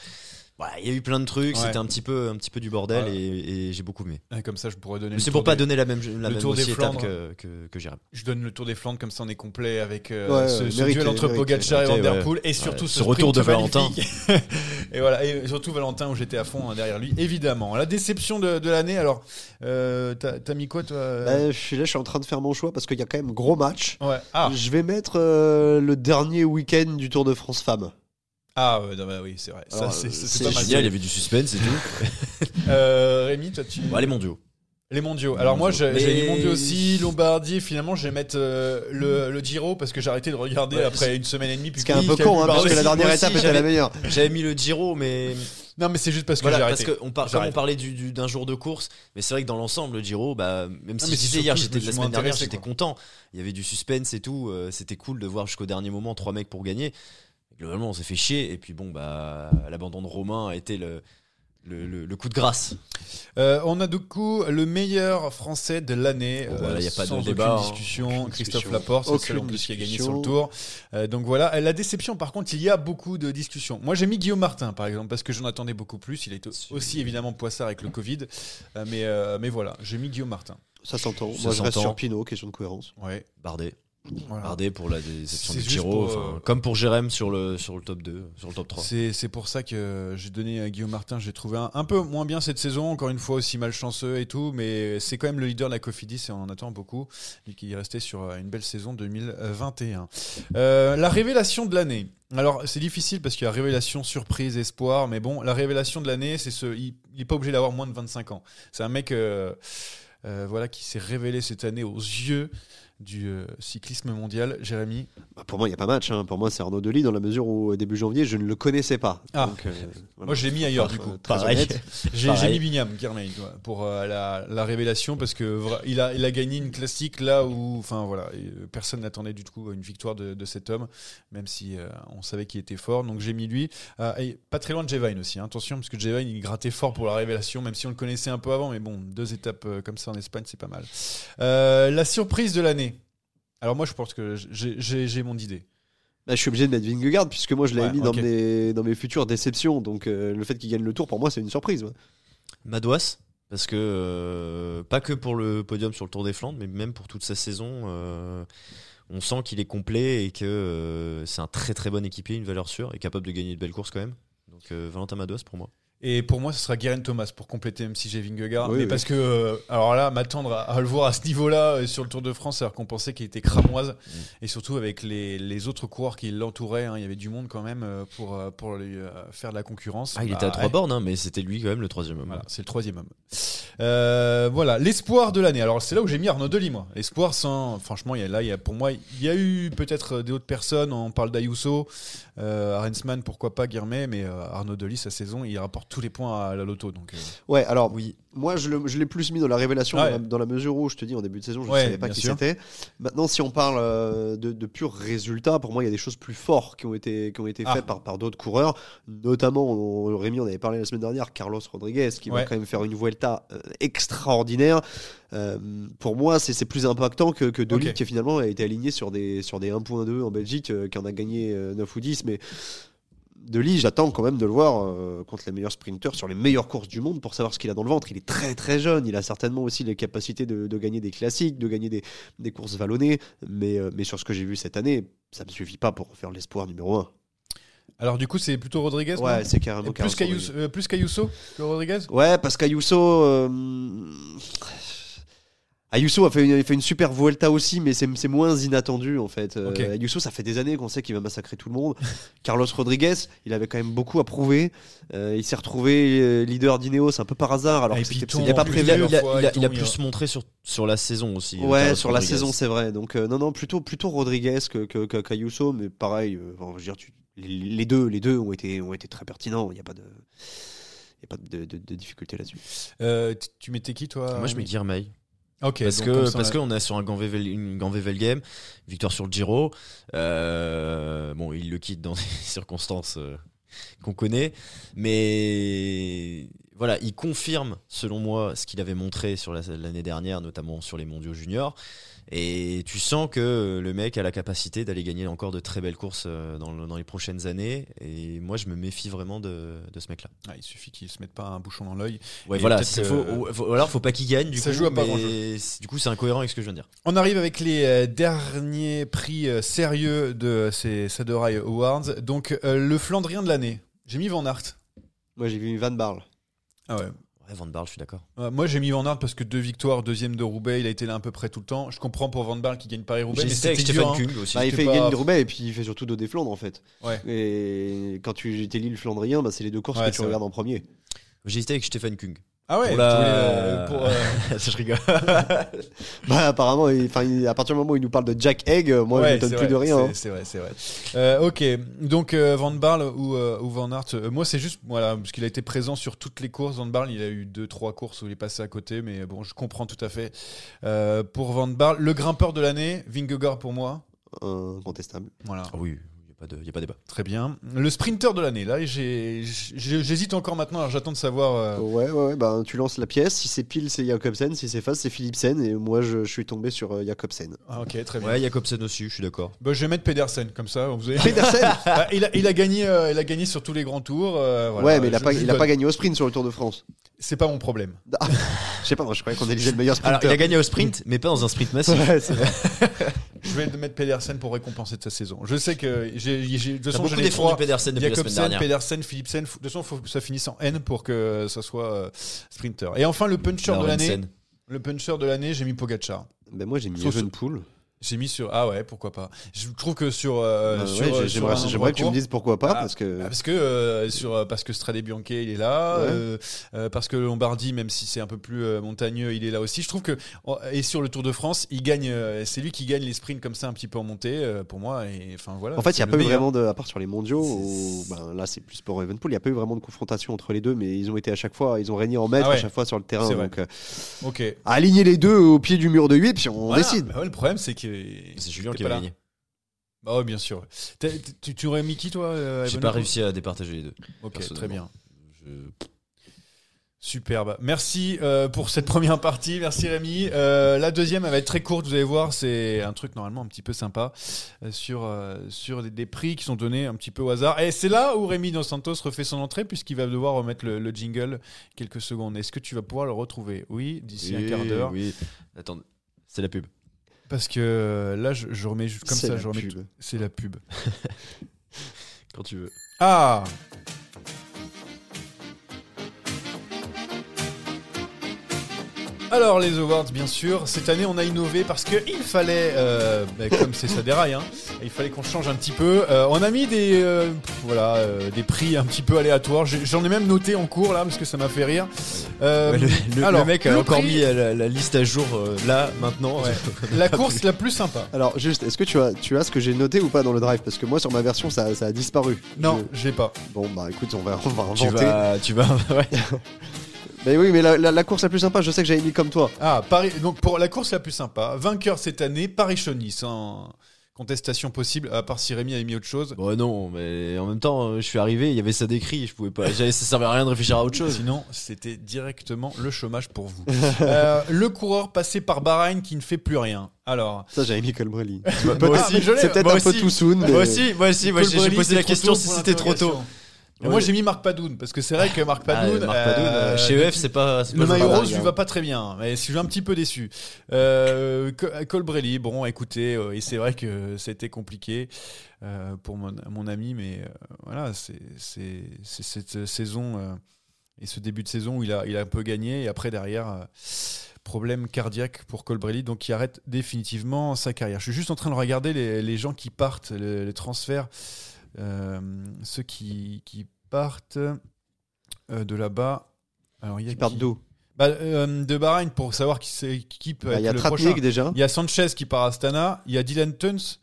Voilà, il y a eu plein de trucs, Ouais. c'était un petit peu un petit peu du bordel Ouais. et, et j'ai beaucoup aimé. Ouais, Comme ça, je pourrais donner. Mais le c'est tour pour pas des- donner la même la le même Tour des aussi étape Flandres. que que, que Jérém. Je donne le tour des Flandres comme ça, on est complet avec euh, Ouais, ce, ouais, ce mérité, duel entre mérité, Pogacar et Van mérité, Der Poel et surtout Ouais, ce, ce retour sprint de Valentin. magnifique. et voilà, et surtout Valentin où j'étais à fond hein, derrière lui, évidemment. La déception de, de l'année. Alors, euh, t'as t'as mis quoi toi euh Bah, je suis là, je suis en train de faire mon choix parce qu'il y a quand même gros match. Ouais. Ah, Je vais mettre euh, le dernier week-end du Tour de France femmes. ah ouais, non, bah oui, c'est vrai. Ça, Alors, c'est- euh, c'est c'est pas mal. Génial, il y avait du suspense et tout. Euh, Rémi, toi, tu. bon, allez mondiaux. Les mondiaux. Alors moi, j'ai Mais- j'ai les mondiaux aussi, Lombardie. Finalement, je vais mettre euh, le, le Giro parce que j'ai arrêté de regarder Ouais, après c'est- une semaine et demie. Ce Puis qui est un oui, peu qu'il y a con, eu hein, parce Bardet. que la dernière moi aussi, étape était la j'avais- meilleure. J'avais mis le Giro mais Non, mais c'est juste parce que j'ai voilà parce arrêté. qu'on par, comme on J'arrête. parlait du- du- d'un jour de course, mais c'est vrai que dans l'ensemble, le Giro, bah, même si mais je c'est disais hier, surtout, j'étais je me la suis semaine moins dernière, intéressé, j'étais quoi. content. Il y avait du suspense et tout. euh, C'était cool de voir jusqu'au dernier moment trois mecs pour gagner. Globalement, on s'est fait chier. Et puis bon, bah, l'abandon de Romain a été le, le, le- le coup de grâce. Euh, on a du coup le meilleur français de l'année. Bon, voilà, euh, y a pas de sans débat, aucune hein. discussion. Aucune Christophe discussion. Laporte, c'est le seul en Aucune plus qui a gagné discussion. sur le tour. Euh, donc voilà. Euh, La déception, par contre, il y a beaucoup de discussions. Moi, j'ai mis Guillaume Martin, par exemple, parce que j'en attendais beaucoup plus. Il est Si. aussi évidemment poissard avec le Covid, Euh, mais euh, mais voilà, j'ai mis Guillaume Martin. Ça s'entend. Ça Moi, je reste s'entend. sur Pinot, question de cohérence. Ouais. Bardet. voilà. Bardet pour la déception C'est du juste Giro. pour, enfin, euh, Comme Ah. pour Jérém sur le, sur le top 2, sur le top 3. C'est, c'est pour ça que j'ai donné à Guillaume Martin, j'ai trouvé un, un peu moins bien cette saison, encore une fois aussi malchanceux et tout, mais c'est quand même le leader de la Cofidis et on en attend beaucoup, lui qui est resté sur euh, une belle saison 2021. Euh, la révélation de l'année. Alors c'est difficile parce qu'il y a révélation, surprise, espoir, mais bon, la révélation de l'année, c'est ce, il n'est pas obligé d'avoir moins de 25 ans. C'est un mec euh, euh, voilà, qui s'est révélé cette année aux yeux du euh, cyclisme mondial, Jérémy. Bah, pour moi, il n'y a pas match. hein. Pour moi, c'est Arnaud Delis dans la mesure où, euh, début janvier, je ne le connaissais pas. Ah. Donc, euh, voilà. Moi je l'ai mis ailleurs du coup. Euh, très honnête. J'ai j'ai Pareil. mis Bingham Guermain toi, pour euh, la, la révélation parce que vra- il a, il a gagné une classique là où enfin voilà et, euh, personne n'attendait du coup une victoire de, de cet homme même si euh, on savait qu'il était fort donc j'ai mis lui Euh, et pas très loin de Jevine aussi hein, attention parce que Jevine il grattait fort pour la révélation même si on le connaissait un peu avant mais bon deux étapes euh, comme ça en Espagne c'est pas mal Euh, la surprise de l'année alors moi je pense que j'ai- j'ai j'ai mon idée Là, Bah, je suis obligé de mettre Vingegaard puisque moi, je l'avais Ouais, mis dans, ok. mes, dans mes futures déceptions. Donc, euh, le fait qu'il gagne le tour, pour moi, c'est une surprise. ouais. Madouas parce que euh, pas que pour le podium sur le Tour des Flandres, mais même pour toute sa saison, euh, on sent qu'il est complet et que euh, c'est un très très bon équipier, une valeur sûre et capable de gagner de belles courses quand même. Donc euh, Valentin Madouas pour moi. Et pour moi, ce sera Guerin Thomas pour compléter, même si j'ai Vingegaard. Oui, mais oui. parce que, euh, alors là, m'attendre à, à le voir à ce niveau-là euh, sur le Tour de France, alors qu'on pensait qu'il était cramoise, Mm. et surtout avec les, les autres coureurs qui l'entouraient, hein, il y avait du monde quand même euh, pour, euh, pour lui euh, faire de la concurrence. Ah, il était à Bah, trois ouais. bornes, hein, mais c'était lui quand même le troisième homme. Voilà, c'est le troisième homme. Euh, voilà, l'espoir de l'année. Alors c'est là où j'ai mis Arnaud Delis, moi. L'espoir sans, franchement, il y a, là, il y a, pour moi, il y a eu peut-être des autres personnes. On parle d'Ayuso, euh, Arensman, pourquoi pas Guirmet, mais euh, Arnaud Delis, sa saison, il rapporte tous les points à la loto. Donc, euh, Ouais, alors, Oui. moi, je le- je l'ai plus mis dans la révélation, Ouais. dans, la, dans la mesure où, je te dis, en début de saison, je ne Ouais, savais pas bien qui sûr. c'était. Maintenant, si on parle euh, de, de purs résultats, pour moi, il y a des choses plus fortes qui ont été, qui ont été Ah. faites par, par d'autres coureurs. Notamment, on- Rémi, on avait parlé la semaine dernière, Carlos Rodriguez, qui Ouais. va quand même faire une Vuelta euh, extraordinaire. Euh, pour moi, c'est c'est plus impactant que, que Dolly, Ok. qui finalement a été aligné sur des, sur des 1.2 en Belgique, euh, qui en a gagné euh, 9 ou 10, mais Deli, j'attends quand même de le voir euh, contre les meilleurs sprinteurs sur les meilleures courses du monde pour savoir ce qu'il a dans le ventre. Il est très très jeune, il a certainement aussi les capacités de, de gagner des classiques, de gagner des, des courses vallonnées, mais, euh, mais sur ce que j'ai vu cette année, ça ne me suffit pas pour faire l'espoir numéro 1. Alors du coup, c'est plutôt Rodriguez Ouais, non c'est carrément plus, Carlos qu'Ayuso, euh, plus qu'Ayuso que Rodriguez Ouais, parce qu'Ayuso. euh, Ayuso a fait, une, a fait une super Vuelta aussi, mais c'est c'est moins inattendu en fait. Euh, Ok. Ayuso, ça fait des années qu'on sait qu'il va massacrer tout le monde. Carlos Rodriguez, il avait quand même beaucoup à prouver. Euh, il s'est retrouvé euh, leader d'Ineos un peu par hasard, alors Ah, et que puis c'était- Ton, c'était pas en plus, prévu. Il a, il a- fois, il a- ils il a ont mis, plus montré sur, sur la saison aussi. euh, euh. Ouais, Carlos sur la Rodriguez. saison, c'est vrai. Donc, euh, non, non, plutôt, plutôt Rodriguez que, que, que- qu'Ayuso, mais pareil, euh, enfin, je veux dire, tu- les, les deux, les deux ont, été, ont été très pertinents. Il n'y a pas de, il y a pas de, de- de difficulté là-dessus. Euh, t- Tu mettais qui toi Moi je mets Rémi Guirmeil. Ok, parce donc que comme ça, parce on a- qu'on est sur un grand VVL, une grand VVL game, victoire sur le Giro. Euh, bon, il le quitte dans des circonstances euh, qu'on connaît, mais voilà, il confirme selon moi ce qu'il avait montré sur la- l'année dernière, notamment sur les Mondiaux juniors. Et tu sens que le mec a la capacité d'aller gagner encore de très belles courses euh, dans, le- dans les prochaines années. Et moi, je me méfie vraiment de, de ce mec-là. Ah, il suffit qu'il se mette pas un bouchon dans l'œil. Ouais, Et voilà. peut-être c'est- que- faut- ou, faut- ou alors, faut pas qu'il gagne. Du euh, Ça coup, joue à pas mais grand-jeu. c'est- Du coup, c'est incohérent avec ce que je viens de dire. On arrive avec les euh, derniers prix euh, sérieux de ces Sadorai Awards. Donc, euh, le Flandrien de l'année. J'ai mis Van Aert. Moi, j'ai vu Van Barle. Ah ouais. Ouais, Van Barl, je suis d'accord. Euh, Moi, j'ai mis Van Aert parce que deux victoires, deuxième de Roubaix, il a été là à peu près tout le temps. Je comprends pour Van Barle qui gagne Paris-Roubaix, mais J'hésitais c'était avec dur. Stéphane hein. Kung aussi. Bah, il c'était fait pas- gagner de Roubaix et puis il fait surtout dos des Flandres en fait. Ouais. Et quand tu étais Lille Flandrien, bah, c'est les deux courses Ouais, que c'est tu regardes en premier. J'hésitais avec Stéphane Kung. Ah ouais. Pour la- tu voulais, euh, pour, euh, Bah, je rigole. Bah, apparemment, il- enfin, il- à partir du moment où il nous parle de Jack Egg, euh, moi, ouais, je ne c'est donne plus vrai, de rien. c'est- hein. C'est vrai, c'est vrai. Euh, ok, donc euh, Van Barle ou, euh, ou Van Aert. euh, moi, c'est juste, voilà, parce qu'il a été présent sur toutes les courses. Van Barle, il a eu deux, trois courses où il est passé à côté, mais bon, je comprends tout à fait. Euh, pour Van Barle, le grimpeur de l'année, Vingegaard pour moi. hein. Incontestable. Voilà, Ah oui, il n'y a, pas de- y a pas débat. très bien. Le sprinter de l'année, là, j'ai- j'ai- j'hésite encore maintenant. Alors, j'attends de savoir. euh, Ouais, ouais, ouais, bah, tu lances la pièce. Si c'est pile, c'est Jacobsen. Si c'est face, c'est Philipsen. Et moi, je, je suis tombé sur euh, Jacobsen. ah, ok, très bien. Ouais, Jacobsen aussi, je suis d'accord. Bah, je vais mettre Pedersen comme ça. Vous avez... Pedersen Ah, il, a, il a gagné, euh, il a gagné sur tous les grands tours. euh, voilà, Ouais, mais il a je- pas, je il a donne. pas gagné au sprint sur le Tour de France. C'est pas mon problème. Ah, je sais pas, moi, je croyais qu'on élisait le meilleur sprinter. Alors, il a gagné au sprint, mais pas dans un sprint massif. Ouais, c'est vrai. Je vais mettre Pedersen pour récompenser de sa saison. Je sais que j'ai j'ai- de toute T'as façon, j'ai beaucoup les défendu trois. Pedersen depuis la semaine Jacobsen, dernière. Pedersen, Philipsen. F- De toute façon, faut que ça finisse en N pour que ça soit euh, sprinter. Et enfin, le puncher de Laurensen. l'année. Le puncher de l'année, j'ai mis Pogacar. Ben, moi, j'ai mis Sauf- Evenepoel. J'ai mis sur ah ouais, pourquoi pas. Je trouve que sur euh, Bah, sur, ouais, euh, j'ai- sur un J'aimerais endroit j'aimerais que tu me court- dises pourquoi pas, Ah, parce que. Ah, parce que euh, sur euh, parce que Strade Bianche il est là, Ouais. euh, euh, parce que Lombardie même si c'est un peu plus euh, montagneux il est là aussi. Je trouve que oh, et sur le Tour de France il gagne, euh, c'est lui qui gagne les sprints comme ça un petit peu en montée euh, pour moi et enfin voilà. En fait, il c'est n'y a le pas eu meilleur. vraiment de. À part sur les mondiaux, où, C'est- ben, là c'est plus pour Evenpool, il n'y a pas eu vraiment de confrontation entre les deux, mais ils ont été à chaque fois, ils ont régné en maître Ah ouais. à chaque fois sur le terrain. C'est vrai. Donc, euh, Ok. aligner les deux au pied du mur de 8, puis on Voilà. décide. Bah ouais, le problème c'est que C'est Julien t'es qui pas a là. gagné. Bah ouais, bien sûr. T'as- t- Tu, tu aurais mis qui toi euh, J'ai Evan pas Hunt réussi à départager les deux. Ok, très personnellement. bien. Je- Superbe. Merci euh, pour cette première partie. Merci Rémi. Euh, la deuxième, elle va être très courte. Vous allez voir, c'est un truc normalement un petit peu sympa euh, sur, euh, sur des, des prix qui sont donnés un petit peu au hasard. Et c'est là où Rémi Dos Santos refait son entrée puisqu'il va devoir remettre le, le jingle quelques secondes. Est-ce que tu vas pouvoir le retrouver Oui, d'ici un Oui, quart d'heure. Oui. Attends, c'est la pub. Parce que euh, là, je, je remets juste comme C'est ça. la je remets pub. tout. C'est la pub. Quand tu veux. Ah Alors les awards, bien sûr, cette année on a innové parce qu'il fallait, euh, bah, comme c'est ça déraille, hein, il fallait qu'on change un petit peu. Euh, on a mis des, euh, voilà, euh, des prix un petit peu aléatoires. J'ai- J'en ai même noté en cours là parce que ça m'a fait rire. Euh, Ouais, le, le- alors, le mec a le encore prix- mis euh, la, la liste à jour euh, là, maintenant. Ouais. la course la plus sympa. Alors, juste, est-ce que tu as, tu as ce que j'ai noté ou pas dans le drive Parce que moi, sur ma version, ça, ça a disparu. Non, j'ai pas. Je- Bon, bah écoute, on va, on va Tu inventer. vas, tu vas. ouais. Mais oui, mais la, la- la course la plus sympa, je sais que j'avais mis comme toi. Ah, Paris, donc pour la course la plus sympa, vainqueur cette année, Paris-Chauny, sans contestation possible, à part si Rémi avait mis autre chose. Bon Bah non, mais en même temps, euh, je suis arrivé, il y avait ça d'écrit, je pouvais pas. j'avais- Ça servait à rien de réfléchir à autre chose. Sinon, c'était directement le chômage pour vous. Euh, le coureur passé par Bahreïn qui ne fait plus rien. Alors, Ça, j'avais mis Colbrelli. Moi Ah, mais aussi, je l'ai. C'est peut-être moi un peu aussi. too soon. mais- Moi aussi, moi aussi, moi, j'ai j'ai Colbrelli, posé la c'est trop question tôt si pour c'était trop tôt. l'interrogation. Et Moi, j'ai mis Marc Padoun, parce que c'est vrai que Marc Ah, Padoun. Marc Padoun, euh, euh, chez EF, c'est pas. c'est Le pas maillot mal. rose lui va pas très bien, mais je suis un petit peu déçu. Euh, Co- Colbrelli, bon, écoutez, euh, et c'est vrai que c'était compliqué euh, pour mon, mon ami, mais euh, voilà, c'est c'est- c'est cette saison euh, et ce début de saison où il a, il a un peu gagné, et après, derrière, euh, problème cardiaque pour Colbrelli, donc il arrête définitivement sa carrière. Je suis juste en train de regarder les, les gens qui partent, le- les transferts, euh, ceux qui, qui partent euh, de là-bas. Alors, il y a Qui part qui d'où bah, euh, de Bahreïn pour savoir qui, c'est- qui peut Bah, être Il y a le prochain. Trapnik déjà. Il y a Sanchez qui part à Astana. Il y a Dylan Tuns.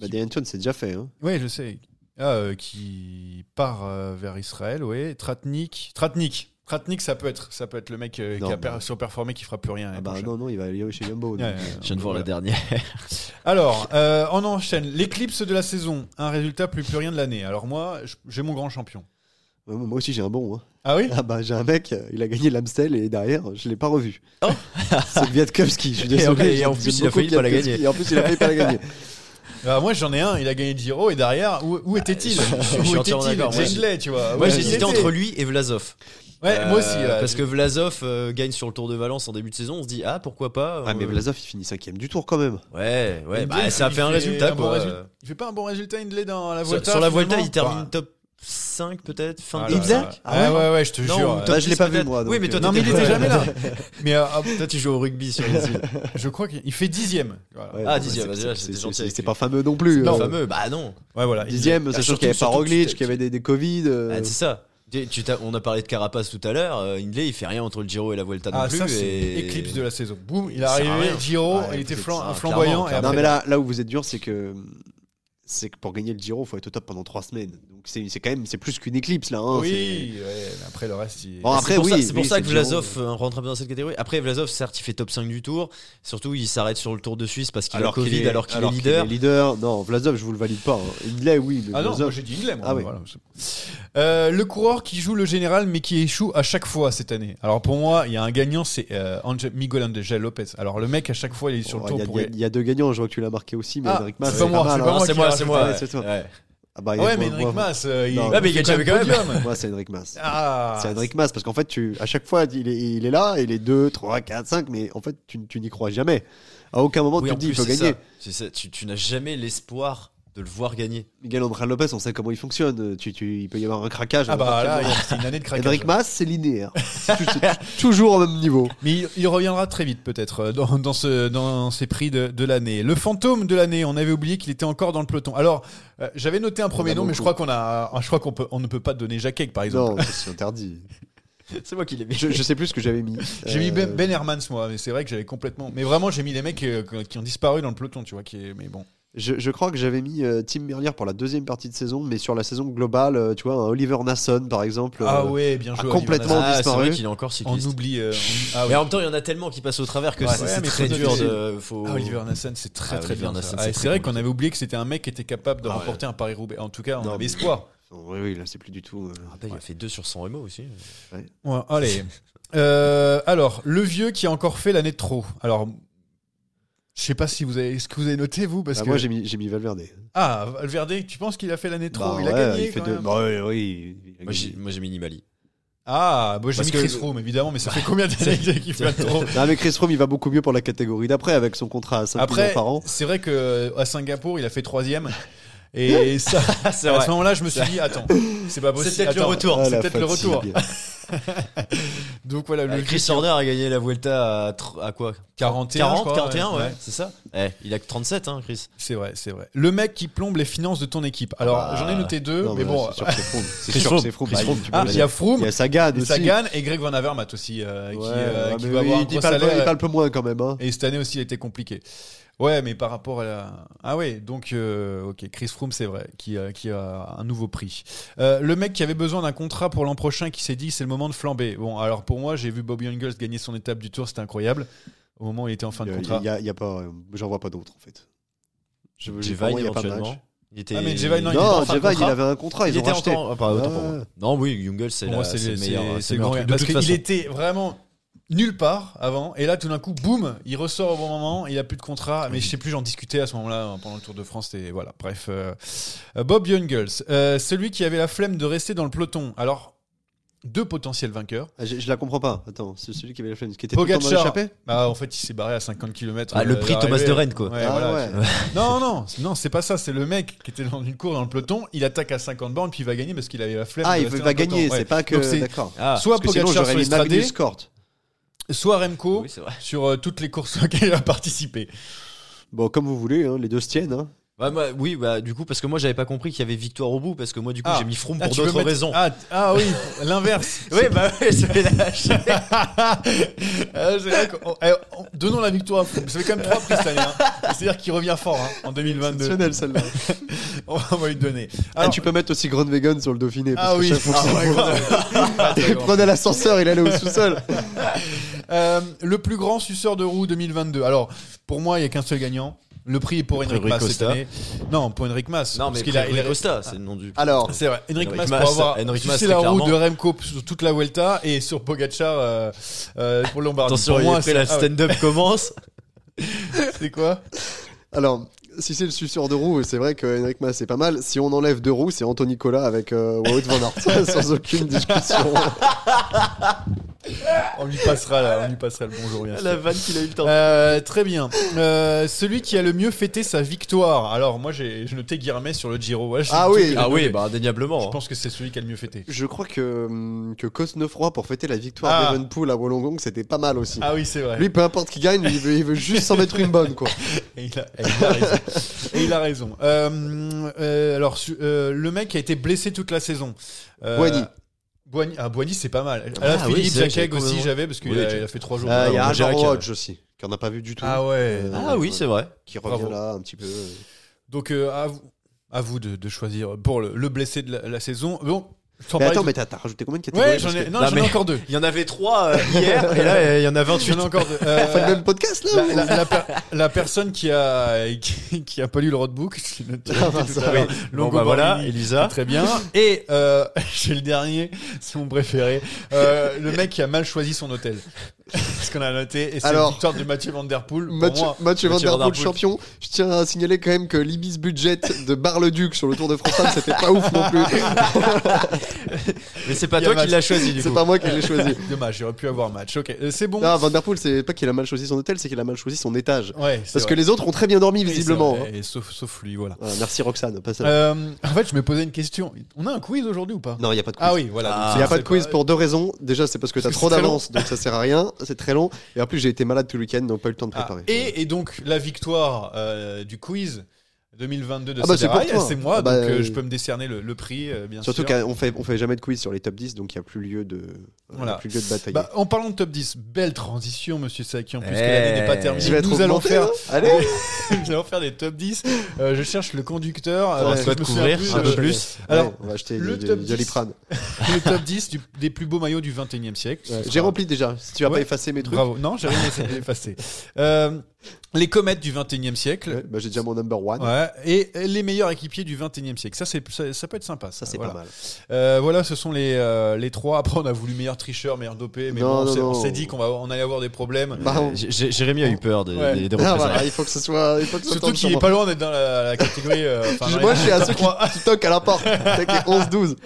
Bah, Diane Tune, c'est déjà fait. hein. Oui, je sais. Ah, euh, qui part euh, vers Israël. Oui. Tratnik. Tratnik. Kratnik, ça peut être, ça peut être le mec euh, Non, qui a mais- per- surperformé, qui fera plus rien. Ah l'année bah prochaine. non, non, il va aller chez Yumbo. donc, Ouais, ouais, euh, ouais. Je viens de voir la Voilà. dernière. Alors, euh, on enchaîne. L'éclipse de la saison, un résultat plus plus rien de l'année. Alors moi, je- j'ai mon grand champion. ouais, Moi aussi, j'ai un bon. hein. Ah oui Ah bah, j'ai un mec, euh, il a gagné l'Amstel et derrière, je l'ai pas revu. C'est Viatkovski, je suis désolé. Oh. Et en j'aime plus, il a beaucoup failli pas la Kwiatkowski, gagner. Et en plus, il a failli pas la gagner. Bah, Moi, j'en ai un. Il a gagné le Giro et derrière, où, où était-il je- Ah, je- je suis Où entièrement était-il d'accord. Moi, j'ai- Jenglet, tu vois. Moi Où j'hésitais était-il entre lui et Vlasov. Ouais, Euh, moi aussi. là. parce que Vlasov euh, gagne sur le Tour de Valence en début de saison, on se dit ah pourquoi pas. Ah, mais euh, Vlasov, il finit cinquième du tour quand même. Ouais, ouais, Hindley, bah, ça a il fait un résultat un bon quoi. résultat. Il fait pas un bon résultat, Hindley, dans la Sur- Vuelta. sur, la Vuelta, finalement il termine Bah, top 5 peut-être, fin ah de là top là. 5. Ouais, ouais, ouais, je te Non, jure. ou ouais. top Bah, je l'ai 10 pas vu, peut-être. moi, donc, Oui, mais toi, euh, Non, mais il t'étais était pas- jamais là. Mais euh, ah, Toi, tu joues au rugby sur les îles. je crois qu'il fait dixième. Voilà. Ouais, Ah, bah, dixième, c'est- bah, c'est- déjà, c'est- c'était c'est- gentil avec C'était lui. pas fameux non plus. Pas euh, fameux, bah non. Ouais, voilà. Dixième, sachant surtout- qu'il y avait pas surtout que Roglic, tu- qu'il y avait des, des Covid. euh, Ah, c'est ça. Tu- tu t'as- on a parlé de Carapace tout à l'heure. euh, Hindley, il fait rien entre le Giro et la Vuelta non Ah, plus. ça, c'est et- éclipse de la saison. Boum, il est Ça sert à arrivé, rien. Ah Giro, Ouais, il était peut-être flan- ça, flamboyant. clairement, et non après, mais là, là où vous êtes dur, c'est que c'est que pour gagner le Giro, faut être au top pendant trois semaines. Donc c'est c'est quand même c'est plus qu'une éclipse là. hein, oui, ouais, mais après le reste, il... c'est- Bon C'est après pour oui. ça- c'est pour oui, ça que le Giro. Vlasov euh, rentre un peu dans cette catégorie. Après, Vlasov, certes, il fait top 5 du tour. Surtout, il s'arrête sur le Tour de Suisse parce qu'il a alors qu'il Covid, est, alors qu'il est leader. leader. Non, Vlasov, je vous le valide pas. hein. Hindley, oui, mais Ah non, Vlasov- moi j'ai dit Hindley. moi, Ah oui. voilà, c'est bon. Euh, le coureur qui joue le général mais qui échoue à chaque fois cette année. Alors pour moi, il y a un gagnant, c'est euh, Ange- Miguel Angel Lopez. Alors le mec à chaque fois il est sur Oh, le il y tour a- pour. il y, a- il y a deux gagnants. Je vois que tu l'as marqué aussi, mais Ah, Henrik Maas, c'est pas moi, mal, c'est hein. pas Ah, c'est qui moi, l'a c'est rajouté. moi. Ouais, c'est toi. ouais. Ah bah, il y a- Ouais, mais moi- Henrik moi- Mas, euh, il Non, il mais il fait gagne quand même. podium. Moi, c'est Henrik Maas. Ah, C'est Henrik Mas parce qu'en fait, tu, à chaque fois, il est, il est là, il est 2, 3, 4, 5, mais en fait, tu, tu n'y crois jamais. À aucun moment, Oui, tu en te dis, il plus, peut c'est gagner. ça. C'est ça, Tu, tu n'as jamais l'espoir de le voir gagner. Miguel André Lopez, on sait comment il fonctionne. Tu, tu- il peut y avoir un craquage. Ah bah là, Henrik c'est une année de craquage. Mas, c'est linéaire. C'est tu- c'est toujours au même niveau. Mais il, il reviendra très vite peut-être euh, dans, dans, ce, dans ces prix de, de l'année. Le fantôme de l'année, on avait oublié qu'il était encore dans le peloton. Alors, euh, j'avais noté un premier a nom, mais beaucoup. je crois qu'on a, euh, je crois qu'on peut, on ne peut pas donner Jacquet par exemple. Non, ça, c'est interdit. C'est moi qui l'ai mis. Je, je sais plus ce que j'avais mis. J'ai Euh, mis Ben, Ben Hermans moi, mais c'est vrai que j'avais complètement. Mais vraiment, j'ai mis les mecs euh, qui ont disparu dans le peloton, tu vois. Qui est... Mais bon. Je, je crois que j'avais mis euh, Tim Merlier pour la deuxième partie de saison, mais sur la saison globale, euh, tu vois, un Oliver Nasson par exemple. ah euh, ouais, bien a joué. complètement Olivier Ah, c'est disparu. vrai qu'il est encore Nasson. On cycliste. oublie. euh, on- Ah Mais ouais. en même temps, il y en a tellement qui passent au travers que Ouais, c'est ouais, c'est mais très faut dur noter. de. faut- Ah, Oliver Nassen, c'est très Ah, très Oliver bien. Nassen, ça. Ah, c'est et très c'est vrai qu'on compliqué. avait oublié que c'était un mec qui était capable de Ah ouais. remporter un Paris Roubaix. En tout cas, on Non, avait mais- espoir. Oh, Oui, oui, là, c'est plus du tout. euh, Ah, bah, Après, Il a fait 2 sur 100 Remo aussi. Ouais, allez. Euh, alors, le vieux qui a encore fait l'année de trop. Alors, je sais pas si vous avez, ce que vous avez noté vous, parce Bah, que Moi, j'ai mis, j'ai mis Valverde. ah Valverde, tu penses qu'il a fait l'année de trop Bah, Il ouais, a gagné il fait quand deux- même. bah, oui, oui, il a Moi, j'ai gagné. moi, j'ai mis Nibali. Ah, bon, j'ai Parce mis que- Chris Froome évidemment, mais ça fait combien d'années qu'il fait la trop Non, mais Chris Froome, il va beaucoup mieux pour la catégorie d'après avec son contrat à 5 Après, millions par an. c'est vrai que euh, à Singapour, il a fait troisième. Et ça, à c'est ce moment-là, je me suis dit, attends, c'est pas possible. C'est peut-être le attends. retour, Ah, c'est la peut-être le fatigue. retour. Donc voilà, le Euh, Chris vieux- Horner a gagné la Vuelta à, tr- à quoi 41, je 40, crois, 41, ouais, ouais. c'est ça. Eh, il a que 37, hein, Chris. C'est vrai, c'est vrai. Le mec qui plombe les finances de ton équipe. Alors, Ah bah, j'en ai noté deux, Non, mais là, bon. c'est sûr que c'est Froome. C'est Chris sûr que Froome. c'est Froome. Chris Bah, Froome, tu peux Ah, le il y dire. a Froome, Il y a Sagan et aussi. Sagan et Greg Van Avermaet aussi, euh, Ouais, qui, euh, ouais, qui mais va oui, avoir un il, dit gros pas le, il salaire. euh, dit pas le peu moins quand même. hein. Et cette année aussi, il était compliqué. Ouais, mais par rapport à la. Ah ouais, donc, euh, ok, Chris Froome, c'est vrai, qui, euh, qui a un nouveau prix. Euh, le mec qui avait besoin d'un contrat pour l'an prochain, qui s'est dit, c'est le moment de flamber. Bon, alors pour moi, j'ai vu Bobby Engels gagner son étape du tour, c'était incroyable. Au moment où il était en fin Il de y a- contrat. il y a- il y a pas, euh, j'en vois pas d'autres en fait. Je je- pour Jevine, moi, il y a pas de match. éventuellement. Il était... Ah, mais Jevine, non, il était en Non, fin de Jeva, il contrat. avait un contrat, ils Il ont était racheté. ah, Ah, en temps. bah, enfin, autant pour Ouais. moi. Non, oui, Jungels, c'est Pour la- moi, c'est c'est le c'est- meilleur. hein, c'est c'est le grand meilleur rien. truc. De Parce toute qu'il façon. était vraiment nulle part avant. Et là, tout d'un coup, boum, il ressort au bon moment. Il a plus de contrat. Mais je sais plus, j'en discutais à ce moment-là hein, pendant le Tour de France. Et voilà, bref. euh, euh, Bob Jungels, euh, celui qui avait la flemme de rester dans le peloton. Alors, deux potentiels vainqueurs. Ah, Je, je la comprends pas. Attends, c'est celui qui avait la flemme, qui était tout le temps dans Pogacar. l'échappée Bah, en fait, il s'est barré à euh, 50 km. Ah, le prix Thomas de Rennes, quoi. Ah, ouais. Non, non, non, c'est pas ça. C'est le mec qui était dans une course dans le peloton. Il attaque à 50 bornes, puis il va gagner parce qu'il avait la flemme. Ah, de il rester va dans le gagner, peloton. Ouais. c'est pas Donc, que. c'est D'accord. Ah, Soit Parce que sinon, Pogacar j'aurais sur les mis stradés, Magnus Cort. soit Remco oui, c'est vrai. sur euh, toutes les courses auxquelles il a participé. Ah, Bon, comme vous voulez, hein, les deux se tiennent. hein. Ouais, bah, oui, bah, du coup, parce que moi, j'avais pas compris qu'il y avait victoire au bout, parce que moi, du coup, Ah. j'ai mis Froome Ah, pour tu veux d'autres mettre- raisons. Ah, t- ah oui, l'inverse. Ah, Oui, bah, oui, c'est lâche. Euh, c'est vrai qu'on- eh, on- donnons la victoire à Froome. Ça fait quand même trois prix cette année. hein. C'est-à-dire qu'il revient fort hein, en 2022. Exceptionnel, celle-là. On va- on va lui donner. Ah, Alors- tu peux mettre aussi Grande Vegan sur le Dauphiné. Parce Ah que oui, chaque fois que ah c'est ouais, bon, grave. Ah, très il grand. prenait l'ascenseur, il allait au sous-sol. Euh, le plus grand suceur de roue 2022. Alors, pour moi, il n'y a qu'un seul gagnant. Le prix est pour Henrik Henrik Mas cette Costa. année. Non, pour Henrik Mas. Non, mais parce il qu'il a, il a- Costa, c'est le nom du. Alors, C'est vrai. Henrik Henrik Mas, Mas, pour avoir Henrik sucé Mas, très la roue de clairement. Remco sur toute la Vuelta et sur Pogacar euh, euh, pour Lombardie. Attention, pour il est moi, prêt, c'est la ah ouais, stand-up commence. c'est quoi alors, si c'est le suceur de roue, c'est vrai que Henrik Mas c'est pas mal. Si on enlève deux roues, c'est Anthony Nicolas avec euh, Wout Van Aert, sans aucune discussion. On lui passera, là, on lui passera le bonjour. bien sûr. vanne qu'il a eu le temps. Euh, très bien. Euh, celui qui a le mieux fêté sa victoire. Alors moi j'ai je notais Guillermet sur le Giro. Ouais, je- Ah oui. Ah oui, noté. bah, indéniablement. Je pense que c'est celui qui a le mieux fêté. Je crois que, hum, que Cosnefroy, pour fêter la victoire Ah. d'Evenpool à Wollongong, c'était pas mal aussi. Ah oui c'est vrai. Lui, peu importe qui gagne, il veut, il veut juste s'en mettre une bonne, quoi. Et il a, et il a raison. Et il a raison. Euh, euh, alors, su- euh, le mec qui a été blessé toute la saison. Euh, Boigny. Boigny, ah, Boigny, c'est pas mal. Ah Alain oui, Philippe, c'est vrai Jacqueg qu'il est aussi, complètement- j'avais, parce qu'il Oui, a, Jack- il a fait trois Euh, jours. Il Ah, y a bon, Alvaro Jacques, euh. Hodge aussi, qu'on n'a pas vu du tout. Ah ouais. Euh, Ah oui, c'est vrai. Qui revient Bravo. là un petit peu. Donc, euh, à vous, à vous de, de choisir pour le, le blessé de la, la saison. Bon, je t'en Mais parlais attends, tout- mais t'as t'as rajouté combien de catégories Ouais, j'en Parce ai, que- non, Non, j'en ai mais- encore deux. Il y en avait trois euh, hier, et là, euh, il y en a 28. J'en ai encore deux. On fait Euh, le même podcast là la, ou- la- la per- la personne qui a, qui, qui a pas lu le roadbook, je l'ai noté Ah, tout à ça. l'heure. Oui. Bon, Longo bah voilà, Borghini. Elisa. Très bien. Et euh, j'ai le dernier, c'est mon préféré. Euh, le mec qui a mal choisi son hôtel. Ce qu'on a noté. Et c'est Alors, la victoire de Mathieu Van Der Poel. Pour Mathieu, moi, Mathieu Van Mathieu Der Van Der Poel Poel. champion, je tiens à signaler quand même que l'Ibis budget de Bar-le-Duc sur le Tour de France, femme, c'était pas ouf non plus. Mais c'est pas Il y a toi qui match. l'as choisi, du C'est coup. pas moi qui l'ai choisi. Dommage, j'aurais pu avoir match. Ok, euh, c'est bon. Non, Van Der Poel, c'est pas qu'il a mal choisi son hôtel, c'est qu'il a mal choisi son étage. Ouais, Parce que les autres ont très bien dormi visiblement. hein. sauf, sauf lui, voilà. Voilà, merci Roxane, pas ça. Euh, en fait, je me posais une question. On a un quiz aujourd'hui ou pas Non, il n'y a pas de quiz. Ah oui, voilà. Ah. Donc, Il n'y a c'est- pas de c'est quiz pour deux raisons. Déjà, c'est parce que t'as Parce que trop c'est très d'avance, donc ça sert à rien. C'est très long. Et en plus, j'ai été malade tout le week-end, donc pas eu le temps de Ah, préparer. et, et donc, la victoire euh, du quiz 2022 de Ah bah, c'est Cédérail, pour toi. c'est moi, Ah bah, donc euh, euh, je peux me décerner le, le prix, euh, bien Surtout sûr. qu'on fait, on fait jamais de quiz sur les top 10, donc il n'y a plus lieu de, Voilà. y a plus lieu de batailler. Bah, en parlant de top 10, belle transition, monsieur Sakian, puisque Eh. l'année n'est pas Je terminée. vais être Nous allons, augmenté, faire, hein. Allez nous allons faire des top 10. Euh, je cherche le conducteur. parce Ouais. que Faut Ah, bah, je me te souviens couvrir plus, un peu euh, plus. Alors, Ouais, on va acheter le du, top du 10. Doliprane. le top 10 du- des plus beaux maillots du 21 e siècle. Ouais, Ce J'ai sera- rempli déjà. Si tu vas Ouais. pas effacer mes trucs, Bravo. Non, j'avais essayé de l'effacer. Euh, les comètes du 21 e siècle. ouais, bah, j'ai déjà mon number one. Ouais, et les meilleurs équipiers du 21 e siècle. Ça, c'est, ça, ça peut être sympa. Ça, c'est Voilà. pas mal. Euh, voilà, ce sont les, euh, les trois. Après, on a voulu meilleur tricheur, meilleur dopé, mais Non, bon, on non, s'est- on non. s'est dit qu'on va, on allait avoir des problèmes. Bah, on- J- J- Jérémy a eu peur des, Ouais. des, des Ah, représailles. voilà, il faut que ce soit. Il faut que ce Surtout tombe qu'il sur est moi. pas loin d'être dans la, la catégorie. euh, enfin, dans Moi, les- je suis à top ceux qui, 3. qui toquent à la porte. Avec les 11-12.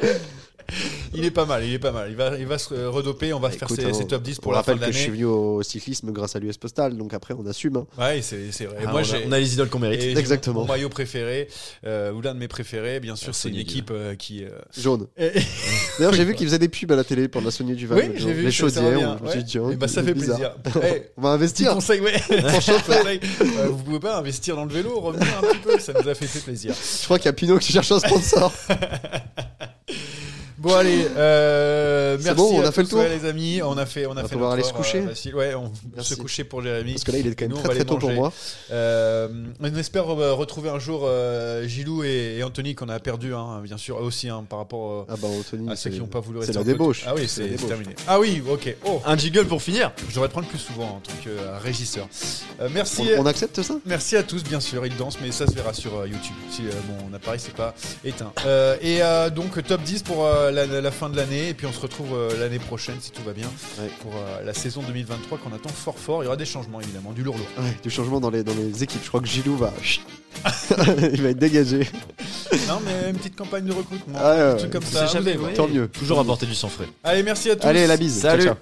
Il est pas mal, il est pas mal. Il va, il va se redoper. On va faire Écoute, ses, hein, ses top 10 pour on la fin rappelle de que je suis l'année. venu au cyclisme grâce à l'US Postal, donc après, on assume. hein. Ouais, c'est c'est vrai. Ah, Moi, on, a, j'ai. on a les idoles qu'on mérite. et j'ai Exactement. Mon maillot préféré, euh, ou l'un de mes préférés, bien sûr, c'est une Sony Guy. équipe euh, qui. euh, Jaune. D'ailleurs, j'ai vu qu'ils faisaient des pubs à la télé pour la Sonia Duval. Oui, l'autre jour. j'ai vu. Les ça, ça chaudières, revient, on ouais. se dit, tiens, Eh ben, ça c'est fait bizarre. plaisir. Eh, On va Petit investir. conseil, ouais. chauffer. Conseil, euh, vous pouvez pas investir dans le vélo, revenir un petit peu, ça nous a fait, fait plaisir. Je crois qu'il y a Pinot qui cherche un sponsor. Bon allez, euh, C'est merci bon, on à a fait le tous, tour ouais, les amis, on a fait, on a va fait pouvoir notre aller se heure, coucher. euh, facile. ouais, on va Merci. se coucher pour Jérémy. Parce que là, il est quand même Nous, on va très très aller tôt pour manger. moi. Euh, on espère euh, retrouver un jour euh, Gilou et, et Anthony qu'on a perdu, hein, bien sûr, eux aussi hein, par rapport euh, Ah bah, Anthony. à ceux c'est- qui n'ont pas voulu C'est rester. la en Côte. débauche. Ah oui, la c'est débauche. terminé. Ah oui, ok. Oh, Un jingle pour finir. je devrais prendre plus souvent en tant que euh, régisseur. Euh, merci. On, on accepte ça Merci à tous, bien sûr, ils dansent, mais ça se verra sur euh, YouTube si euh, mon appareil s'est pas éteint. Euh, et euh, donc, top 10 pour euh, la, la- la fin de l'année, et puis on se retrouve euh, l'année prochaine, si tout va bien, Ouais. pour euh, la saison 2023 qu'on attend fort fort. Il y aura des changements, évidemment, du lourd lourd. Ouais, du changement dans les, dans les équipes. Je crois que Gilou va. il va être dégagé. non, mais une petite campagne de recrutement, Ah ouais, un truc ouais. comme On sait ça. vous jamais, allez voir. ouais. Tant mieux. Toujours apporter du sang frais. Allez, merci à tous. Allez, la bise. Ciao, Salut. ciao.